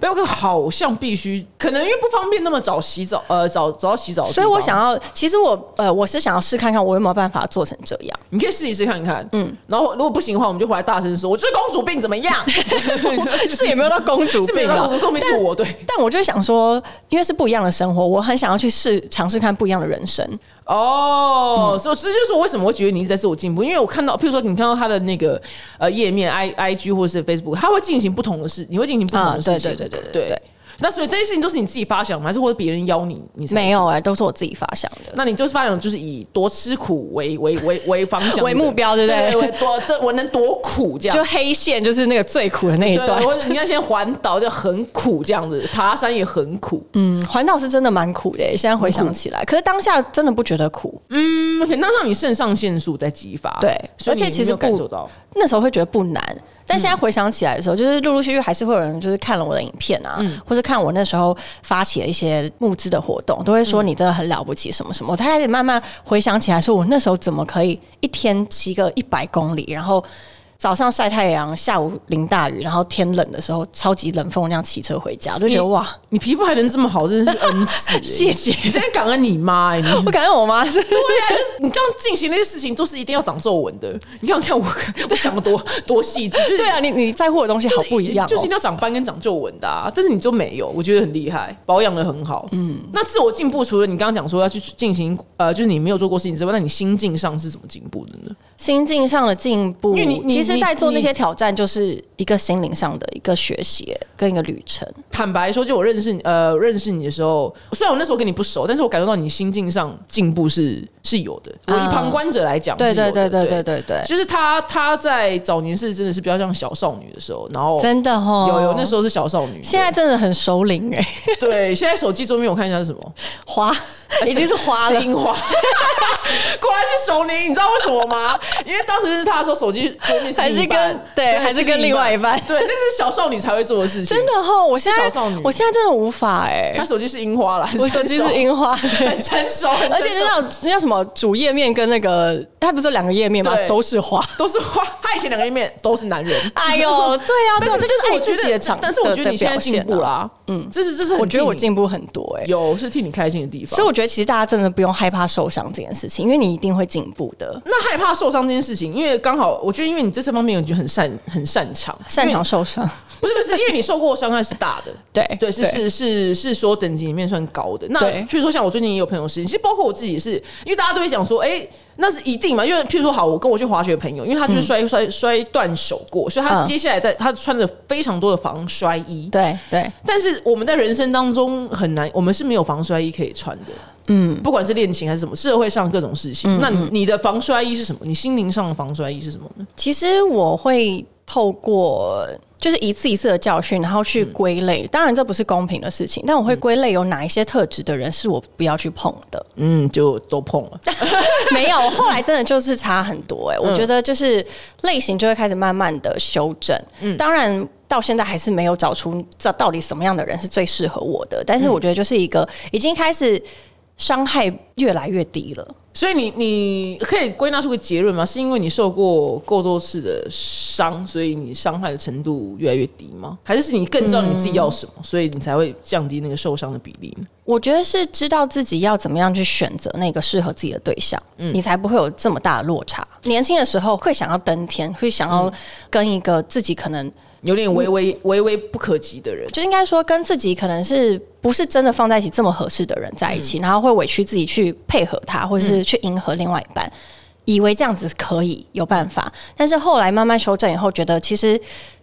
Speaker 3: 背包客好像必须，可能因为不方便那么早洗澡，呃，早早洗澡的地
Speaker 2: 所
Speaker 3: 方，
Speaker 2: 以我想要，其实我呃，我是想要试看看我有没有办法做成这样。
Speaker 3: 你可以试一试看看，嗯，然后如果不行的话，我们就回来大声说，我就是公主病怎么
Speaker 2: <laughs>
Speaker 3: 样？
Speaker 2: 是也没有到公主
Speaker 3: 是没
Speaker 2: 病
Speaker 3: 有
Speaker 2: 啊 <laughs>
Speaker 3: 公主病是我对
Speaker 2: 但我就想说，因为是不一样的生活，我很想要去试尝试看不一样的人生。
Speaker 3: 哦，所以这就是我为什么我觉得你一直在自我进步，因为我看到，譬如说你看到他的那个呃页面 i i g 或者是 Facebook，他会进行不同的事，你会进行不同的
Speaker 2: 啊
Speaker 3: 事情，
Speaker 2: 对对对对
Speaker 3: 对
Speaker 2: 对对
Speaker 3: 那所以这些事情都是你自己发想吗？还是或者别人邀你？你才
Speaker 2: 没有哎、都是我自己发想的。
Speaker 3: 那你就是发展，就是以多吃苦为为为为方向
Speaker 2: 为目标对不对
Speaker 3: 对，为多对我能多苦这样
Speaker 2: 就。黑线就是那个最苦的那一
Speaker 3: 对，
Speaker 2: 段。
Speaker 3: 或者你看，先环岛就很苦，这样子爬山也很苦。
Speaker 2: 嗯，环岛是真的蛮苦的耶，现在回想起来，可是当下真的不觉得苦，
Speaker 3: 嗯，可能那让你肾上腺素在激发，
Speaker 2: 对
Speaker 3: 所以
Speaker 2: 而且
Speaker 3: 你
Speaker 2: 其
Speaker 3: 没
Speaker 2: 实
Speaker 3: 有感
Speaker 2: 不
Speaker 3: 受到。
Speaker 2: 那时候会觉得不难。但现在回想起来的时候，就是陆陆续续还是会有人就是看了我的影片啊，
Speaker 3: 嗯
Speaker 2: 或是看我那时候发起了一些募资的活动，都会说你真的很了不起什么什么。我才开始慢慢回想起来，说我那时候怎么可以一天骑个一百公里，然后早上晒太阳，下午淋大雨，然后天冷的时候超级冷风那样骑车回家，我就觉得
Speaker 3: 你
Speaker 2: 哇，
Speaker 3: 你皮肤还能这么好，真的是恩赐、
Speaker 2: <laughs>
Speaker 3: 欸。
Speaker 2: 谢谢
Speaker 3: 你真的感恩你妈、
Speaker 2: <laughs>
Speaker 3: 欸，你
Speaker 2: 我感觉我妈是
Speaker 3: 对啊， <laughs> 就是你这样进行那些事情，都是一定要长皱纹的。你看看我，我想的多多细致，就是
Speaker 2: 对啊，你你在乎的东西好不一样、哦
Speaker 3: 就是一定要长斑跟长皱纹的、啊，但是你就没有，我觉得很厉害，保养的很好。嗯，那自我进步，除了你刚刚讲说要去进行呃，就是你没有做过事情之外，那你心境上是怎么进步的呢？
Speaker 2: 心境上的进步
Speaker 3: 因为你，你
Speaker 2: 其实，
Speaker 3: 你
Speaker 2: 在做
Speaker 3: 你
Speaker 2: 那些挑战，就是一个心灵上的一个学习跟一个旅程。
Speaker 3: 坦白说，就我认识你呃认识你的时候，虽然我那时候跟你不熟，但是我感受到你心境上进步是是有的。我以
Speaker 2: 啊
Speaker 3: 旁观者来讲是
Speaker 2: 对
Speaker 3: 有的，
Speaker 2: 对对对
Speaker 3: 对哦
Speaker 2: 对对对，
Speaker 3: 就是她，她在早年是真的是比较像小少女的时候，然后
Speaker 2: 真的哦，
Speaker 3: 有有那时候是小少女，
Speaker 2: 现在真的很熟龄哎，
Speaker 3: 对对，现在手机桌面我看一下是什么，
Speaker 2: <laughs>
Speaker 3: <laughs>
Speaker 2: 花已经是花了
Speaker 3: 是。樱 <laughs> 花，果然是熟龄，你知道为什么吗？因为当时认识她的时候，手机桌面是
Speaker 2: <laughs> 还是
Speaker 3: 另一半
Speaker 2: 跟对还是跟另外一半
Speaker 3: <laughs> 对，那是小少女才会做的事情，
Speaker 2: 真的。哦，我现在
Speaker 3: 小少女
Speaker 2: 我现在真的无法哎、
Speaker 3: 她手机是樱花啦，
Speaker 2: 我手机是
Speaker 3: 花，
Speaker 2: 樱花，
Speaker 3: <laughs> 很成熟，很成
Speaker 2: 而
Speaker 3: 熟
Speaker 2: 且那种那叫什么主页面跟那个，它不是有两个页面吗
Speaker 3: 对？
Speaker 2: 都是花。 <laughs>
Speaker 3: 都是花，她以前两个页面都是男人。
Speaker 2: 哎呦，对
Speaker 3: <laughs>
Speaker 2: 啊，对啊，
Speaker 3: 但
Speaker 2: 这
Speaker 3: 是
Speaker 2: 就是
Speaker 3: 我
Speaker 2: 爱
Speaker 3: 觉
Speaker 2: 自己的
Speaker 3: 得
Speaker 2: 长，，
Speaker 3: 但是我觉得
Speaker 2: 的
Speaker 3: 你现在
Speaker 2: 表
Speaker 3: 进
Speaker 2: 现
Speaker 3: 步
Speaker 2: 啊，
Speaker 3: 啦，嗯，这是这是很
Speaker 2: 我觉得我
Speaker 3: 替你
Speaker 2: 进步很多哎、
Speaker 3: 有是替你开心的地方
Speaker 2: 所以。我觉得，其实大家真的不用害怕受伤这件事情，因为你一定会进步的。
Speaker 3: 那害怕受伤这件事情，因为刚好我觉得，因为你在这方面我觉得很擅很擅长，
Speaker 2: 擅
Speaker 3: 因
Speaker 2: 长
Speaker 3: 为
Speaker 2: 受伤，
Speaker 3: 不是不是，因为你受过伤害是大的，
Speaker 2: 对
Speaker 3: 对是是是是说等级里面算高的。那
Speaker 2: 对
Speaker 3: 譬如说像我最近也有朋友事情，其实包括我自己也是，因为大家都会讲说，哎、那是一定嘛？因为譬如说，好，我跟我去滑雪的朋友，因为他就是摔、摔摔断手过，所以他
Speaker 2: 嗯
Speaker 3: 接下来在他穿了非常多的防摔衣。
Speaker 2: 对对
Speaker 3: 但是我们在人生当中很难，我们是没有防摔衣可以穿的。嗯，不管是恋情还是什么，社会上各种事情。那你你的防摔衣是什么？你心灵上的防摔衣是什么呢？
Speaker 2: 其实我会透过就是一次一次的教训，然后去
Speaker 3: 嗯
Speaker 2: 归类。当然这不是公平的事情，但我会归类有哪一些特质的人是我不要去碰的。
Speaker 3: 嗯，就都碰了。
Speaker 2: <laughs> 没有，后来真的就是差很多哎、我觉得就是类型就会开始慢慢的修正。当然到现在还是没有找出这到底什么样的人是最适合我的，但是我觉得就是一个已经开始伤害越来越低了。
Speaker 3: 所以你你可以归纳出个结论吗？是因为你受过够多次的伤，所以你伤害的程
Speaker 2: 嗯
Speaker 3: 度越来越低吗？还是是你更知道你自己要什么，所以你才会降低那个受伤的比例呢？
Speaker 2: 我觉得是知道自己要怎么样去选择那个适合自己的对象，你才不会有这么大的落差。年轻的时候会想要登天，会想要跟一个自己可能
Speaker 3: 有点微微微微不可及的人，
Speaker 2: 就应该说跟自己可能是不是真的放在一起这么合适的人在一起，然后会委屈自己去配合他，或者是去迎合另外一半，以为这样子可以有办法，但是后来慢慢修正以后，觉得其实。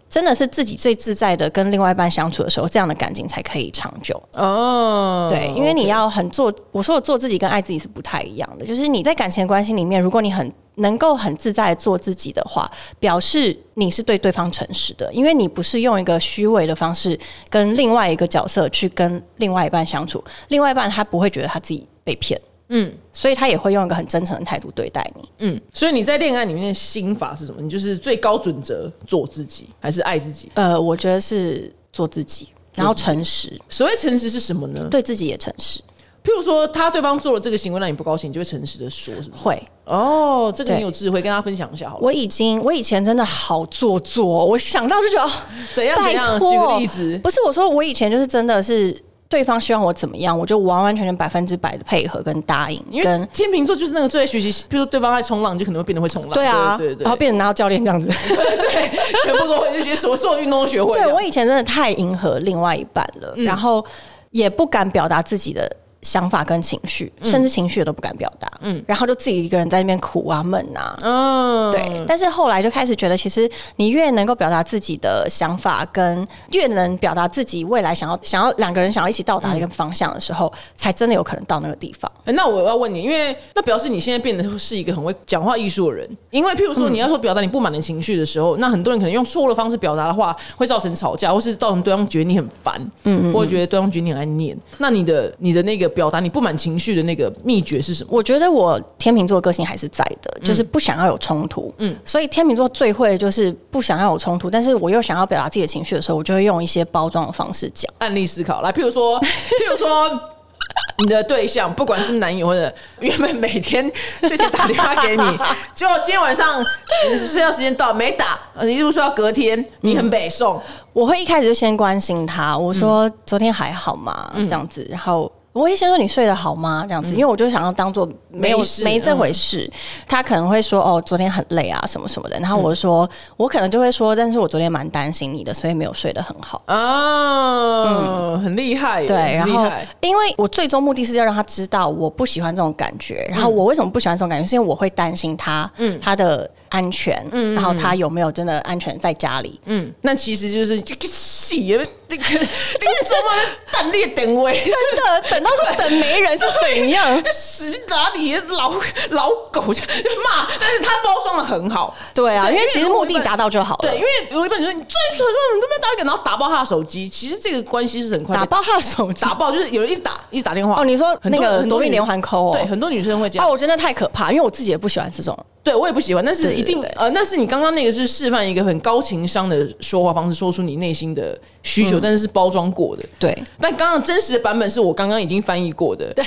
Speaker 2: 真的是自己最自在的跟另外一半相处的时候，这样的感情才可以长久。
Speaker 3: 哦，
Speaker 2: 对，因为你
Speaker 3: OK
Speaker 2: 要很做，我说我做自己跟爱自己是不太一样的。就是你在感情关系里面，如果你很能够很自在地做自己的话，表示你是对对方诚实的，因为你不是用一个虚伪的方式跟另外一个角色去跟另外一半相处，另外一半他不会觉得他自己被骗，嗯，所以他也会用一个很真诚的态度对待你。
Speaker 3: 嗯，所以你在恋爱里面的心法是什么？你就是最高准则做自己，还是爱自己？
Speaker 2: 呃，我觉得是做自己，然后诚实，
Speaker 3: 所谓诚实是什么呢？
Speaker 2: 对自己也诚实，
Speaker 3: 譬如说，他对方做了这个行为让你不高兴，你就会诚实的说，是不是？
Speaker 2: 会。
Speaker 3: 哦，这个
Speaker 2: 对
Speaker 3: 很有智慧，跟大家分享一下好了。
Speaker 2: 我已经，我以前真的好做作哦，我想到就觉得。哦
Speaker 3: 怎样怎
Speaker 2: 拜
Speaker 3: 样？
Speaker 2: 托，
Speaker 3: 举个例子，
Speaker 2: 不是我说，我以前就是真的是对方希望我怎么样，我就完完全全百分之百的配合跟答应，
Speaker 3: 因为
Speaker 2: 跟
Speaker 3: 天秤座就是那个最爱学习，譬如说对方爱冲浪，你就可能会变得会冲浪。
Speaker 2: 对啊，
Speaker 3: 对对
Speaker 2: 然后
Speaker 3: 对，
Speaker 2: 变成拿到教练这样子。
Speaker 3: 对， <laughs> 全部都会，就学所所有运动都学会。啊
Speaker 2: 对我以前真的太迎合另外一半了，
Speaker 3: 嗯
Speaker 2: 然后也不敢表达自己的想法跟情绪，
Speaker 3: 嗯
Speaker 2: 甚至情绪也都不敢表达。嗯，然后就自己一个人在那边哭啊闷啊。
Speaker 3: 嗯，
Speaker 2: 对，但是后来就开始觉得，其实你越能够表达自己的想法，跟越能表达自己未来想要想要两个人想要一起到达的一个方向的时候，才真的有可能到那个地方。
Speaker 3: 欸那我要问你，因为那表示你现在变得是一个很会讲话艺术的人。因为譬如说，你要说表达你不满的情绪的时
Speaker 2: 嗯
Speaker 3: 候，那很多人可能用错误的方式表达的话，会造成吵架，或是造成对方觉得你很烦，嗯或者觉得对方觉得你很爱念。那你的你的那个表达你不满情绪的那个秘诀是什么？
Speaker 2: 我觉得我天秤座个性还是在的，就是不想要有冲突。嗯，所以天秤座最会的就是不想要有冲突，但是我又想要表达自己的情绪的时候，我就会用一些包装的方式讲。
Speaker 3: 案例思考来，譬如说， <laughs> 譬如说。你的对象，不管是男友或者原本每天睡前打电话给
Speaker 2: <laughs>
Speaker 3: 你，结果今天晚上你睡觉时间到没打，呃你就说要隔天，你很北宋，
Speaker 2: 我会一开始就先关心他，我说
Speaker 3: 嗯
Speaker 2: 昨天还好吗？这样子，然后。我会先说你睡得好吗？这样子，因为我就想要当做没有
Speaker 3: 嗯没事嗯
Speaker 2: 没这回事。他可能会说哦，昨天很累啊，什么什
Speaker 3: 嗯
Speaker 2: 么的。然后我就说，我可能就会说，但是我昨天蛮担心你的，所以没有睡得很好。
Speaker 3: 哦，很厉害耶，
Speaker 2: 嗯对，然
Speaker 3: 很厉
Speaker 2: 后
Speaker 3: 害
Speaker 2: 因为我最终目的是要让他知道我不喜欢这种感觉。
Speaker 3: 嗯
Speaker 2: 然后我为什么不喜欢这种感觉？是因为我会担心他，他的安全，然后他有没有真的安全在家里？
Speaker 3: 嗯，那其实就是这个戏，这个这个周末蛋裂等位， <laughs>
Speaker 2: 真的等到等没人是怎样？
Speaker 3: 死哪里老老狗就骂，但是他包装的很好，
Speaker 2: 对啊，
Speaker 3: 对
Speaker 2: 因为
Speaker 3: 因为
Speaker 2: 其实
Speaker 3: 如果
Speaker 2: 目的达到就好了。
Speaker 3: 对，因为有一半你说你最蠢，你都没有打给，然后打爆他的手机，其实这个关系是很快
Speaker 2: 打
Speaker 3: 被
Speaker 2: 爆他的手机。
Speaker 3: 打爆，就是有人一直打一直打电话。
Speaker 2: 哦，你说
Speaker 3: 很
Speaker 2: 那
Speaker 3: 多
Speaker 2: 个
Speaker 3: 很多
Speaker 2: 夺命
Speaker 3: 女
Speaker 2: 连环扣哦
Speaker 3: 对，？很多女生会这样
Speaker 2: 哦，。我觉得那太可怕，因为我自己也不喜欢这种。
Speaker 3: 对我也不喜欢，但是
Speaker 2: 对
Speaker 3: 一定
Speaker 2: 对对
Speaker 3: 呃，那是你刚刚那个是示范一个很高情商的说话方式，说出你内心的需
Speaker 2: 嗯
Speaker 3: 求，但是是包装过的。
Speaker 2: 对，
Speaker 3: 但刚刚真实的版本是我刚刚已经翻译过的，对，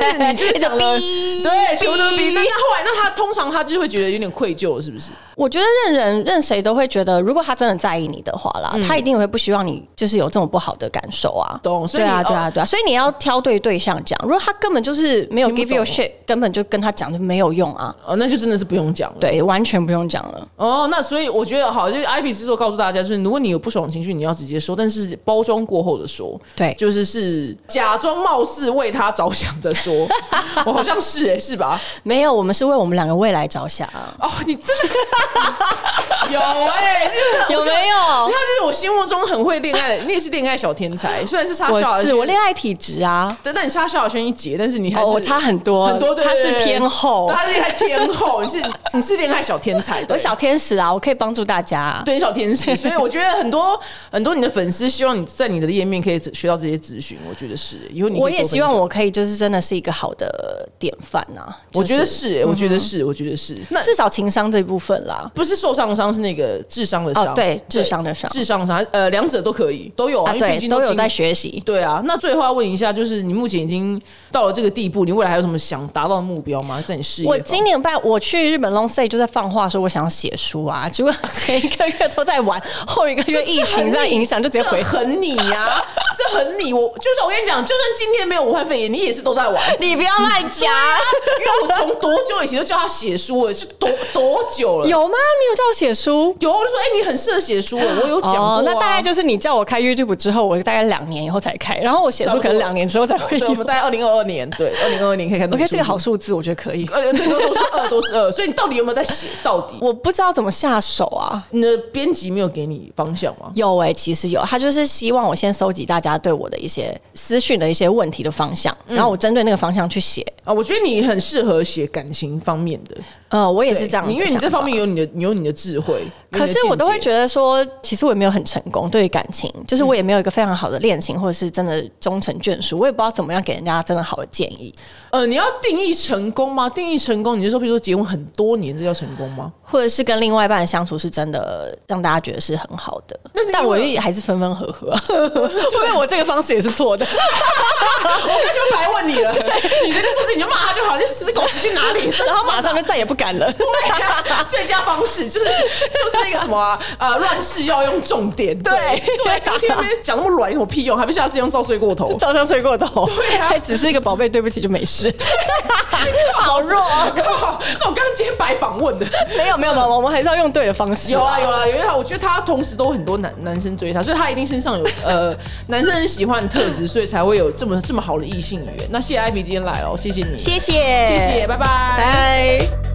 Speaker 3: 但是你就是讲了，
Speaker 2: 一直哔
Speaker 3: 对，全部都是逼。
Speaker 2: 哔
Speaker 3: 那他后来，那他通常他就会觉得有点愧疚，是不是？
Speaker 2: 我觉得任人任谁都会觉得，如果他真的在意你的话啦，
Speaker 3: 嗯
Speaker 2: 他一定会不希望你就是有这种不好的感受啊。
Speaker 3: 懂所以
Speaker 2: 对啊，
Speaker 3: 你哦
Speaker 2: 对啊，对啊。所以你要挑对对象讲，如果他根本就是没有
Speaker 3: 听
Speaker 2: give
Speaker 3: 不
Speaker 2: you a
Speaker 3: 懂
Speaker 2: shit，根本就跟他讲就没有用啊。
Speaker 3: 哦，那就真的是不用讲了。
Speaker 2: 对，完全不用讲了。
Speaker 3: 哦，那所以我觉得好，就是 i b 制作告诉大家，就是如果你有不爽的情绪，你要直接说，但是包装过后的说，
Speaker 2: 对
Speaker 3: 就是是假装貌似为他着想的说， <laughs> 我好像是哎、是吧？
Speaker 2: 没有，我们是为我们两个未来着想啊。
Speaker 3: 哦，你真的 <laughs> 有哎、就是
Speaker 2: 有没有
Speaker 3: 他就是我心目中很会恋爱的，你也是恋爱小天
Speaker 2: <laughs>
Speaker 3: 才，虽然是差
Speaker 2: 我
Speaker 3: 小尔
Speaker 2: 是
Speaker 3: 轩
Speaker 2: 我恋爱体质啊。
Speaker 3: 对，但你差萧亚轩一截，但是你还是、
Speaker 2: 哦，我差很多，
Speaker 3: 很多，对
Speaker 2: 他
Speaker 3: 对
Speaker 2: 是
Speaker 3: 对
Speaker 2: 天后
Speaker 3: 对，他是恋爱天后，你是你是恋爱小天
Speaker 2: <laughs>
Speaker 3: 才，对
Speaker 2: 我小天使啊，我可以帮助大家、
Speaker 3: 对小天
Speaker 2: <laughs>
Speaker 3: 使，所以我觉得很多很多你的粉丝希望你在你的页面可以学到这些资讯，我觉得是，以后你可以
Speaker 2: 我也
Speaker 3: 多分
Speaker 2: 希望
Speaker 3: 享。
Speaker 2: 我可以就是真的是一个好的典范啊。
Speaker 3: 我觉得
Speaker 2: 就是嗯
Speaker 3: 是，我觉得是，我觉得是。那
Speaker 2: 至少情商这一部分啦。
Speaker 3: 不是受伤的伤，是那个智商的伤。
Speaker 2: 哦对智商的伤
Speaker 3: 智商的伤，呃，两者都可以，都有
Speaker 2: 啊，
Speaker 3: 因为毕
Speaker 2: 对，
Speaker 3: 竟
Speaker 2: 都有
Speaker 3: 经
Speaker 2: 在学习。
Speaker 3: 对啊，那最后要问一下，就是你目前已经到了这个地步，你未来还有什么想达到的目标吗？在你事业
Speaker 2: 我
Speaker 3: 方面
Speaker 2: 今年办，我去日本 long stay 就在放话说我想写书啊，结果前一个月都在玩，后一个月疫情在影响，就直接回
Speaker 3: <laughs> 这很你呀、这很你。我就算我跟你讲，就算今天没有武汉肺炎，你也是都在玩。
Speaker 2: 你不要乱讲。
Speaker 3: 因为我从多久以前就叫他写书了，是多多久了？
Speaker 2: 有吗？你有叫我写书？哦
Speaker 3: 有，我就说，哎、你很适合写书了，
Speaker 2: <gasps>
Speaker 3: 我有讲过啊、
Speaker 2: 那大概就是你叫我开 YouTube 之后，我大概两年以后才开，然后我写书可能两年之后才会
Speaker 3: 对，
Speaker 2: 有
Speaker 3: 我。们大概二零二二年，对，二零二二年可以看到。呃
Speaker 2: OK，这个好，数字我觉得可以。
Speaker 3: 二零二都是二，都是二，所以你到底有没有在
Speaker 2: <laughs>
Speaker 3: 写？到底
Speaker 2: 我不知道怎么下手啊。
Speaker 3: 你的编辑没有给你方向吗？
Speaker 2: 有诶、其实有，他就是希望我先搜集大家对我的一些私讯的一些问题的方向，
Speaker 3: 嗯
Speaker 2: 然后我针对那个方向去写。
Speaker 3: 啊，我觉得你很适合写感情方面的，
Speaker 2: 呃，我也
Speaker 3: 也
Speaker 2: 是这样的想法，
Speaker 3: 因为你这方面有你的，你有你的智慧。
Speaker 2: 可是我都会觉得说，其实我也没有很成功。对于感情，
Speaker 3: 嗯
Speaker 2: 就是我也没有一个非常好的恋情，或者是真的终成眷属，我也不知道怎么样给人家真的好的建议，
Speaker 3: 得，呃，你要定义成功吗？定义成功，你是说，比如说结婚很多年，这叫成功吗？
Speaker 2: 或者是跟另外一半相处是真的让大家觉得是很好的。
Speaker 3: 那是因为
Speaker 2: 但我也还是分分合
Speaker 3: <laughs>
Speaker 2: 合、啊，因为我这个方式也是错的。
Speaker 3: 我那 <laughs> 就白问你了，你这边做事你就骂他就好，你死狗死去哪 <laughs> 里？
Speaker 2: 然后马上就再也不敢了。
Speaker 3: 对啊，最佳方式就是就是那个什么啊呃，乱世要用重点。
Speaker 2: 对
Speaker 3: 对，啊隔天那边讲那么软有什么屁用？还不下次用照睡过 <laughs> 头。
Speaker 2: <laughs> 早上睡过头，
Speaker 3: 对啊
Speaker 2: 还只是一个宝贝，对不起就没
Speaker 3: <laughs>
Speaker 2: 事，好弱哦。
Speaker 3: 靠那我刚刚今天白访 <laughs> 问的。
Speaker 2: <laughs> 没有没有没有，我们还是要用对的方式。
Speaker 3: 有啊有啊，因为他我觉得他同时都有很多男男生追他，所以他一定身上有呃男生很喜欢的特 <laughs> 质，所以才会有这么这么好的异性缘。那谢谢艾比今天来哦，谢谢你，
Speaker 2: 谢谢，
Speaker 3: 谢谢，拜拜
Speaker 2: 拜。